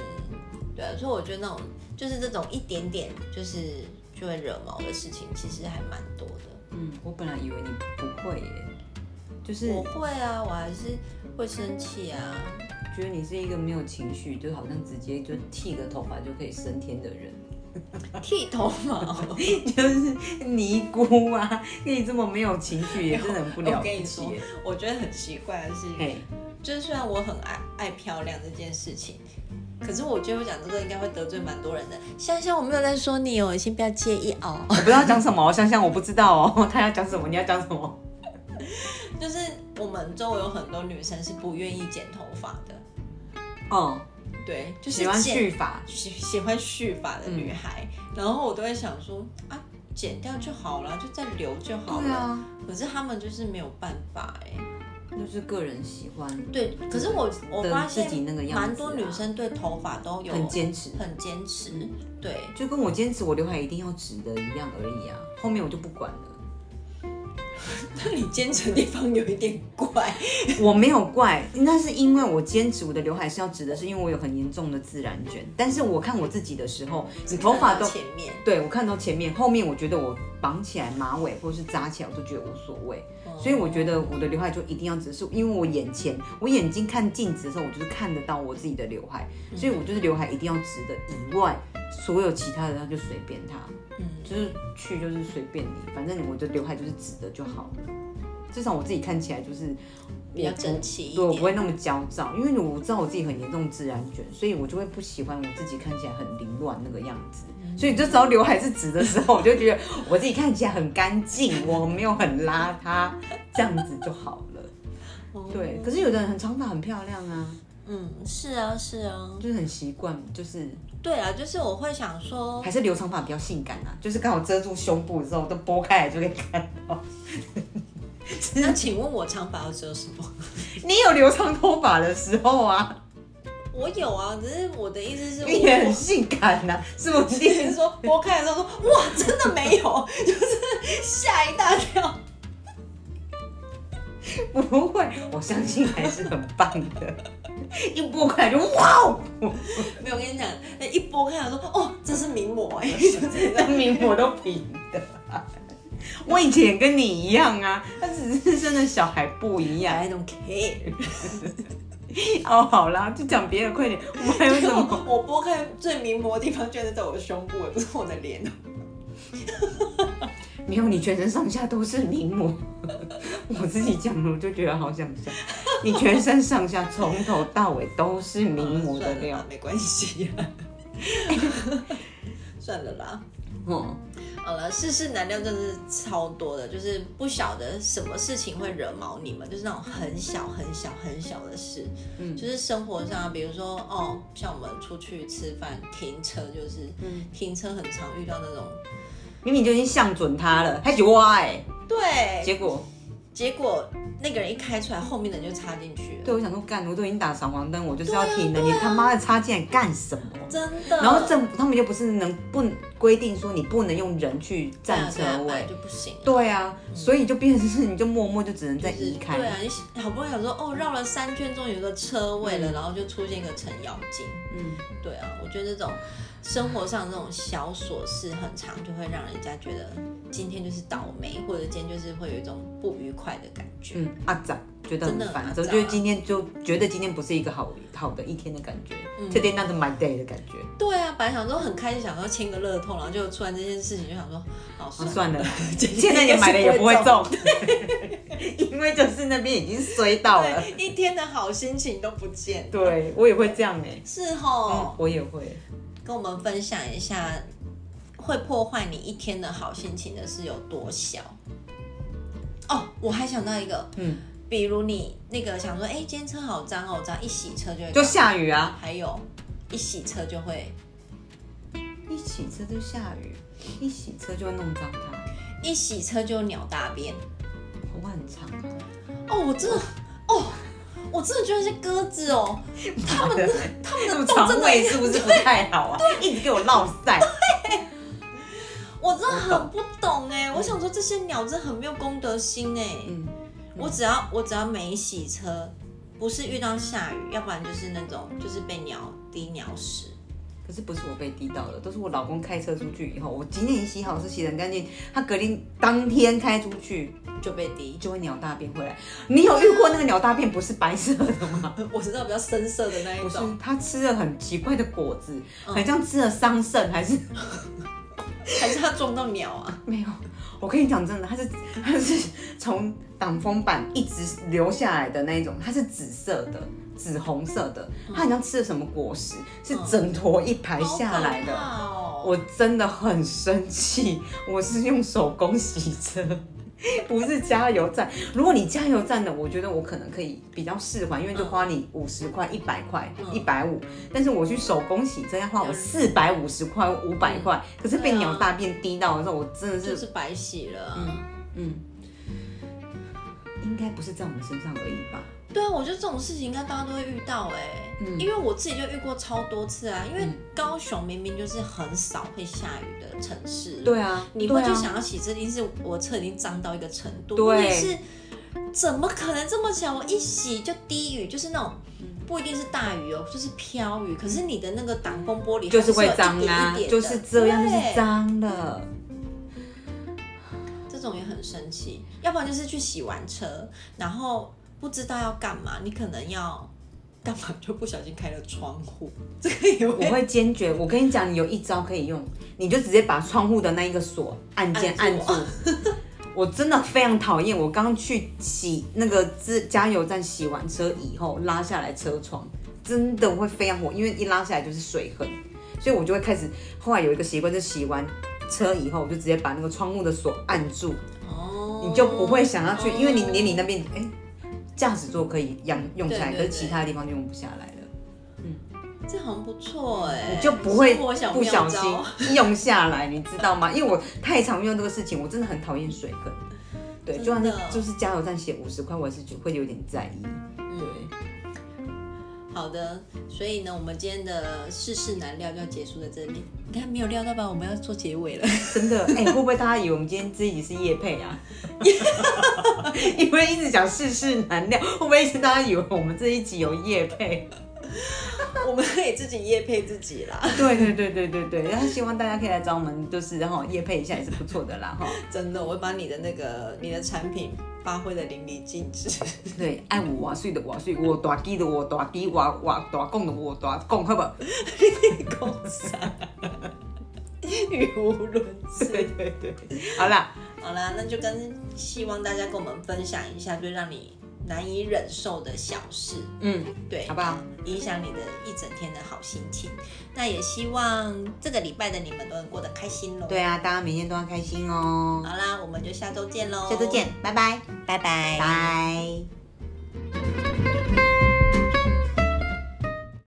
[SPEAKER 2] 对啊，所以我觉得那种就是这种一点点就是就会惹毛的事情，其实还蛮多的。
[SPEAKER 1] 嗯，我本来以为你不会耶，就是
[SPEAKER 2] 我会啊，我还是会生气 啊。
[SPEAKER 1] 觉得你是一个没有情绪，就好像直接就剃个头发就可以升天的人，
[SPEAKER 2] 剃头毛，
[SPEAKER 1] 就是尼姑啊，可以这么没有情绪，也真的很不了
[SPEAKER 2] 我
[SPEAKER 1] 不
[SPEAKER 2] 跟你
[SPEAKER 1] 起
[SPEAKER 2] 说
[SPEAKER 1] 耶。，
[SPEAKER 2] 我觉得很奇怪的是，
[SPEAKER 1] 嘿，
[SPEAKER 2] 就是虽然我很爱爱漂亮这件事情，可是我觉得我讲这个应该会得罪蛮多人的。香香，我没有在说你哦，你先不要介意哦。
[SPEAKER 1] 我不知道讲什么哦，香香我不知道哦， 他要讲什么，你要讲什么？
[SPEAKER 2] 就是我们周围有很多女生是不愿意剪头发的，
[SPEAKER 1] 哦，
[SPEAKER 2] 对，就是
[SPEAKER 1] 喜欢
[SPEAKER 2] 剪
[SPEAKER 1] 续嗯发，
[SPEAKER 2] 喜喜欢蓄发的女孩，然后我都会想说啊，剪掉就好了，就再留就好了。
[SPEAKER 1] 对啊，
[SPEAKER 2] 可是他们就是没有办法哎、
[SPEAKER 1] 就是个人喜欢，
[SPEAKER 2] 对，可是我我
[SPEAKER 1] 的
[SPEAKER 2] 发
[SPEAKER 1] 自
[SPEAKER 2] 现
[SPEAKER 1] 己那个样子啊
[SPEAKER 2] 蛮多女生对头发都有
[SPEAKER 1] 很坚持。
[SPEAKER 2] 很坚持，
[SPEAKER 1] 嗯
[SPEAKER 2] 对，
[SPEAKER 1] 就跟我坚持我刘海一定要直的一样而已啊，后面我就不管了。
[SPEAKER 2] 那你坚持的地方有一点怪，
[SPEAKER 1] 我没有怪，那是因为我坚持我的刘海是要直的，是因为我有很严重的自然卷。但是我看我自己的时候，你头发
[SPEAKER 2] 看到
[SPEAKER 1] 都
[SPEAKER 2] 前面，
[SPEAKER 1] 对我看到前面，后面我觉得我绑起来马尾或者是扎起来，我都觉得无所谓。
[SPEAKER 2] 哦
[SPEAKER 1] 所以我觉得我的刘海就一定要直，是因为我眼前我眼睛看镜子的时候，我就是看得到我自己的刘海，所以我就是刘海一定要直的以外，所有其他的它就随便它。
[SPEAKER 2] 嗯，
[SPEAKER 1] 就是去就是随便你，反正我的刘海就是直的就好了。至少我自己看起来就是
[SPEAKER 2] 比较整齐一
[SPEAKER 1] 对我不会
[SPEAKER 2] 点。
[SPEAKER 1] 那么焦躁，因为我知道我自己很严重自然卷，所以我就会不喜欢我自己看起来很凌乱那个样子。所以就只要刘海是直的时候，我就觉得我自己看起来很干净，我没有很邋遢，这样子就好了。
[SPEAKER 2] 哦
[SPEAKER 1] 对，可是有的人很长发很漂亮啊，
[SPEAKER 2] 嗯，是啊，是啊，
[SPEAKER 1] 就是很习惯，就是
[SPEAKER 2] 对啊，就是我会想说
[SPEAKER 1] 还，是留长发比较性感啊，就是刚好遮住胸部之后都拨开来就可以看到。
[SPEAKER 2] 那请问我长发要遮什么？
[SPEAKER 1] 你有留长头发的时候啊，
[SPEAKER 2] 我有啊，只是我的意思是我，
[SPEAKER 1] 你也很性感呐、是不
[SPEAKER 2] 你
[SPEAKER 1] 是？
[SPEAKER 2] 是说拨开的时候说哇，真的没有， 就是吓一大跳。
[SPEAKER 1] 不会，我相信还是很棒的。 一拨开来就哇哦！
[SPEAKER 2] 没有，我跟你讲，那一拨开的时候，哦，这是名模，
[SPEAKER 4] 我，真的
[SPEAKER 1] 证明我都平的啊。我以前也跟你一样啊，他只是生的小孩不一样。
[SPEAKER 4] I don't care。
[SPEAKER 1] 哦，好啦，就讲别的，快点。我 们还有什 么？
[SPEAKER 4] 我拨开最名模的地方，居然是在我的胸部，也不是我的脸。
[SPEAKER 2] 哦
[SPEAKER 1] 没有，你全身上下都是名 模。我自己讲了，我就觉得好想笑。你全身上下从头到尾都是名模的
[SPEAKER 4] 算了
[SPEAKER 1] 料
[SPEAKER 4] 啦。没关系、 啊。算了啦，
[SPEAKER 1] 嗯，
[SPEAKER 2] 好了，世事难料真的是超多的，就是不晓得什么事情会惹毛你们，就是那种很小很小很小的事，
[SPEAKER 1] 嗯
[SPEAKER 2] 就是生活上啊，比如说哦，像我们出去吃饭停车，就是、
[SPEAKER 1] 嗯
[SPEAKER 2] 停车很常遇到那种，
[SPEAKER 1] 明明就已经向准他了，开始挖哎，
[SPEAKER 2] 对，结
[SPEAKER 1] 结果
[SPEAKER 2] 结果那个人一开出来，后面的人就插进去了，
[SPEAKER 1] 对我想说，干，我都已经打闪黄灯，我就是
[SPEAKER 2] 啊
[SPEAKER 1] 要停了，你他妈的插进来干什么？
[SPEAKER 2] 真的，
[SPEAKER 1] 然后政府他们又不是能不规定说你不能用人去占车
[SPEAKER 2] 对啊对啊本来
[SPEAKER 1] 位，
[SPEAKER 2] 就不行。
[SPEAKER 1] 对啊，所以就变成是你就默默就只能再移开
[SPEAKER 2] 对。啊，你好不容易想说哦，绕了三圈，终于有个车位了，然后就出现一个程咬金。
[SPEAKER 1] 嗯，
[SPEAKER 2] 对啊，我觉得这种生活上这种小琐事，很常就会让人家觉得今天就是倒霉，或者今天就是会有一种不愉快的感觉。
[SPEAKER 1] 嗯，阿展觉得很
[SPEAKER 2] 真的很
[SPEAKER 1] 烦
[SPEAKER 2] 阿，
[SPEAKER 1] 总
[SPEAKER 2] 杂
[SPEAKER 1] 觉得今天就觉得今天不是一个好好的一天的感觉，Today
[SPEAKER 2] 嗯
[SPEAKER 1] not my day 的感觉。
[SPEAKER 2] 对啊，本来想说很开心，想说签个乐透，然后就突然这件事情就想说，哦，
[SPEAKER 1] 啊
[SPEAKER 2] 算 了。
[SPEAKER 1] 算了，现在你买了也不会中， 因为就是那边已经衰到了。
[SPEAKER 2] 对，一天的好心情都不见。
[SPEAKER 1] 对我也会这样哎、
[SPEAKER 2] 是吼，
[SPEAKER 1] 我也会。
[SPEAKER 2] 跟我们分享一下，会破坏你一天的好心情的是有多小？哦，我还想到一个，
[SPEAKER 1] 嗯，
[SPEAKER 2] 比如你那个想说，哎、今天车好脏哦，我只要一洗车就会
[SPEAKER 1] 就下雨啊，
[SPEAKER 2] 还有一洗车就会，
[SPEAKER 1] 一洗车就下雨，一洗车就会弄脏它。
[SPEAKER 2] 一洗车就鸟大便。
[SPEAKER 1] 我很长，啊
[SPEAKER 2] 哦，我真的，哦，我真的觉得是鸽子哦，他们的 他们的洞
[SPEAKER 1] 肠
[SPEAKER 2] 真的
[SPEAKER 1] 胃是不是不太好啊？一直给我落晒。
[SPEAKER 2] 我真的很不懂哎、我想说这些鸟真的很没有公德心哎、
[SPEAKER 1] 嗯，
[SPEAKER 2] 我只要我只要没洗车，不是遇到下雨，要不然就是那种就是被鸟滴鸟屎。
[SPEAKER 1] 可是不是我被滴到了，都是我老公开车出去以后，我今天已洗好是洗得很干净，他隔天当天开出去
[SPEAKER 2] 就被滴，
[SPEAKER 1] 就会鸟大便回来。你有遇过那个鸟大便不是白色的吗？
[SPEAKER 2] 我知道比较深色的那一
[SPEAKER 1] 不是
[SPEAKER 2] 种，，
[SPEAKER 1] 他吃了很奇怪的果子，很像吃了桑葚还是
[SPEAKER 2] 还是它撞到鸟啊？
[SPEAKER 1] 没有，我跟你讲真的，它是它是从挡风板一直流下来的那一种，它是紫色的，紫红色的，
[SPEAKER 2] 嗯
[SPEAKER 1] 它好像吃了什么果实，是整坨一排下来的。
[SPEAKER 2] 好可怕哦、
[SPEAKER 1] 我真的很生气，我是用手工洗车，不是加油站。如果你加油站的，我觉得我可能可以比较释怀，因为就花
[SPEAKER 2] 嗯
[SPEAKER 1] 你五十块、一百块、一百五。但是我去手工洗车要花我四百五十块、五百块，可是被
[SPEAKER 2] 对啊
[SPEAKER 1] 鸟大便滴到的时候，我真的，
[SPEAKER 2] 就是是白洗了啊、
[SPEAKER 1] 嗯，应该不是在我们身上而已吧？
[SPEAKER 2] 对啊，我觉得这种事情应该大家都会遇到哎、
[SPEAKER 1] 嗯
[SPEAKER 2] 因为我自己就遇过超多次啊。因为高雄明明就是很少会下雨的城市，
[SPEAKER 1] 对啊，
[SPEAKER 2] 你会
[SPEAKER 1] 对
[SPEAKER 2] 去
[SPEAKER 1] 啊
[SPEAKER 2] 想要洗这一定是我车已经脏到一个程度，
[SPEAKER 1] 对
[SPEAKER 2] 我也是怎么可能这么巧？我一洗就滴雨，就是那种
[SPEAKER 1] 嗯
[SPEAKER 2] 不一定是大雨哦，就是飘雨，可是你的那个挡风玻璃
[SPEAKER 1] 就
[SPEAKER 2] 还
[SPEAKER 1] 是
[SPEAKER 2] 是
[SPEAKER 1] 会
[SPEAKER 2] 有一
[SPEAKER 1] 脏
[SPEAKER 2] 点
[SPEAKER 1] 啊
[SPEAKER 2] 一，点的
[SPEAKER 1] 就是这样，就是
[SPEAKER 2] 对，
[SPEAKER 1] 脏了。
[SPEAKER 2] 这种也很生气。要不然就是去洗完车，然后不知道要干嘛，你可能要干嘛就不小心开了窗户， 这个也
[SPEAKER 1] 我
[SPEAKER 2] 会
[SPEAKER 1] 会坚决，我跟你讲，你有一招可以用，你就直接把窗户的那一个锁按键按
[SPEAKER 2] 按
[SPEAKER 1] 住
[SPEAKER 2] 住。
[SPEAKER 1] 我真的非常讨厌，我刚去洗那个自加油站洗完车以后拉下来车窗，真的会非常火，因为一拉下来就是水痕，所以我就会开始。后来有一个习惯，就洗完车以后，我就直接把那个窗户的锁按住，
[SPEAKER 2] 哦，
[SPEAKER 1] 你就不会想要去，因为你连你
[SPEAKER 2] 那
[SPEAKER 1] 那边哎，驾驶座可以用用起来，
[SPEAKER 2] 对对
[SPEAKER 1] 可是
[SPEAKER 2] 对
[SPEAKER 1] 其他地方就用不下来了。
[SPEAKER 2] 这好像不错哎，
[SPEAKER 1] 就不 会
[SPEAKER 2] 生活小
[SPEAKER 1] 不
[SPEAKER 2] 妙
[SPEAKER 1] 小
[SPEAKER 2] 招
[SPEAKER 1] 心用下来， 你知道吗？因为我太常用这个事情，我真的很讨厌水坑。对，就算
[SPEAKER 2] 真
[SPEAKER 1] 是
[SPEAKER 2] 的
[SPEAKER 1] 就是加油站写五十块，我也是就会有点在意。对，
[SPEAKER 2] 好的，所以呢，我们今天的世事难料就要结束在这里。你看，没有料到吧？我们要做结尾了。
[SPEAKER 1] 真的， 哎、会不会大家以为我们今天这一集是夜配啊？ 因为一直讲世事难料，会不会一直大家以为我们这一集有夜配？
[SPEAKER 5] 我们可以自己夜配自己啦，
[SPEAKER 1] 对对对对对对，他希望大家可以来找我们，就是然后夜配一下也是不错的啦哈。
[SPEAKER 5] 真的，我会把你的那个你的产品发挥的淋漓尽致。
[SPEAKER 1] 对，爱我瓦碎的瓦碎，我大鸡的我大鸡，瓦瓦大贡的我大贡，好不好？
[SPEAKER 5] 工伤， 语无伦次。
[SPEAKER 1] 对对，好啦，
[SPEAKER 2] 好啦，那就跟希望大家跟我们分享一下，就让你难以忍受的小事，
[SPEAKER 1] 嗯，
[SPEAKER 2] 对，
[SPEAKER 1] 好不好？
[SPEAKER 2] 影响你的一整天的好心情。那也希望这个礼拜的你们都能过得开心喽。，
[SPEAKER 1] 对啊，大家每天都要开心哦。
[SPEAKER 2] 好啦，我们就下周见喽，
[SPEAKER 1] 下周见，，拜拜，
[SPEAKER 2] 拜拜，
[SPEAKER 1] 拜。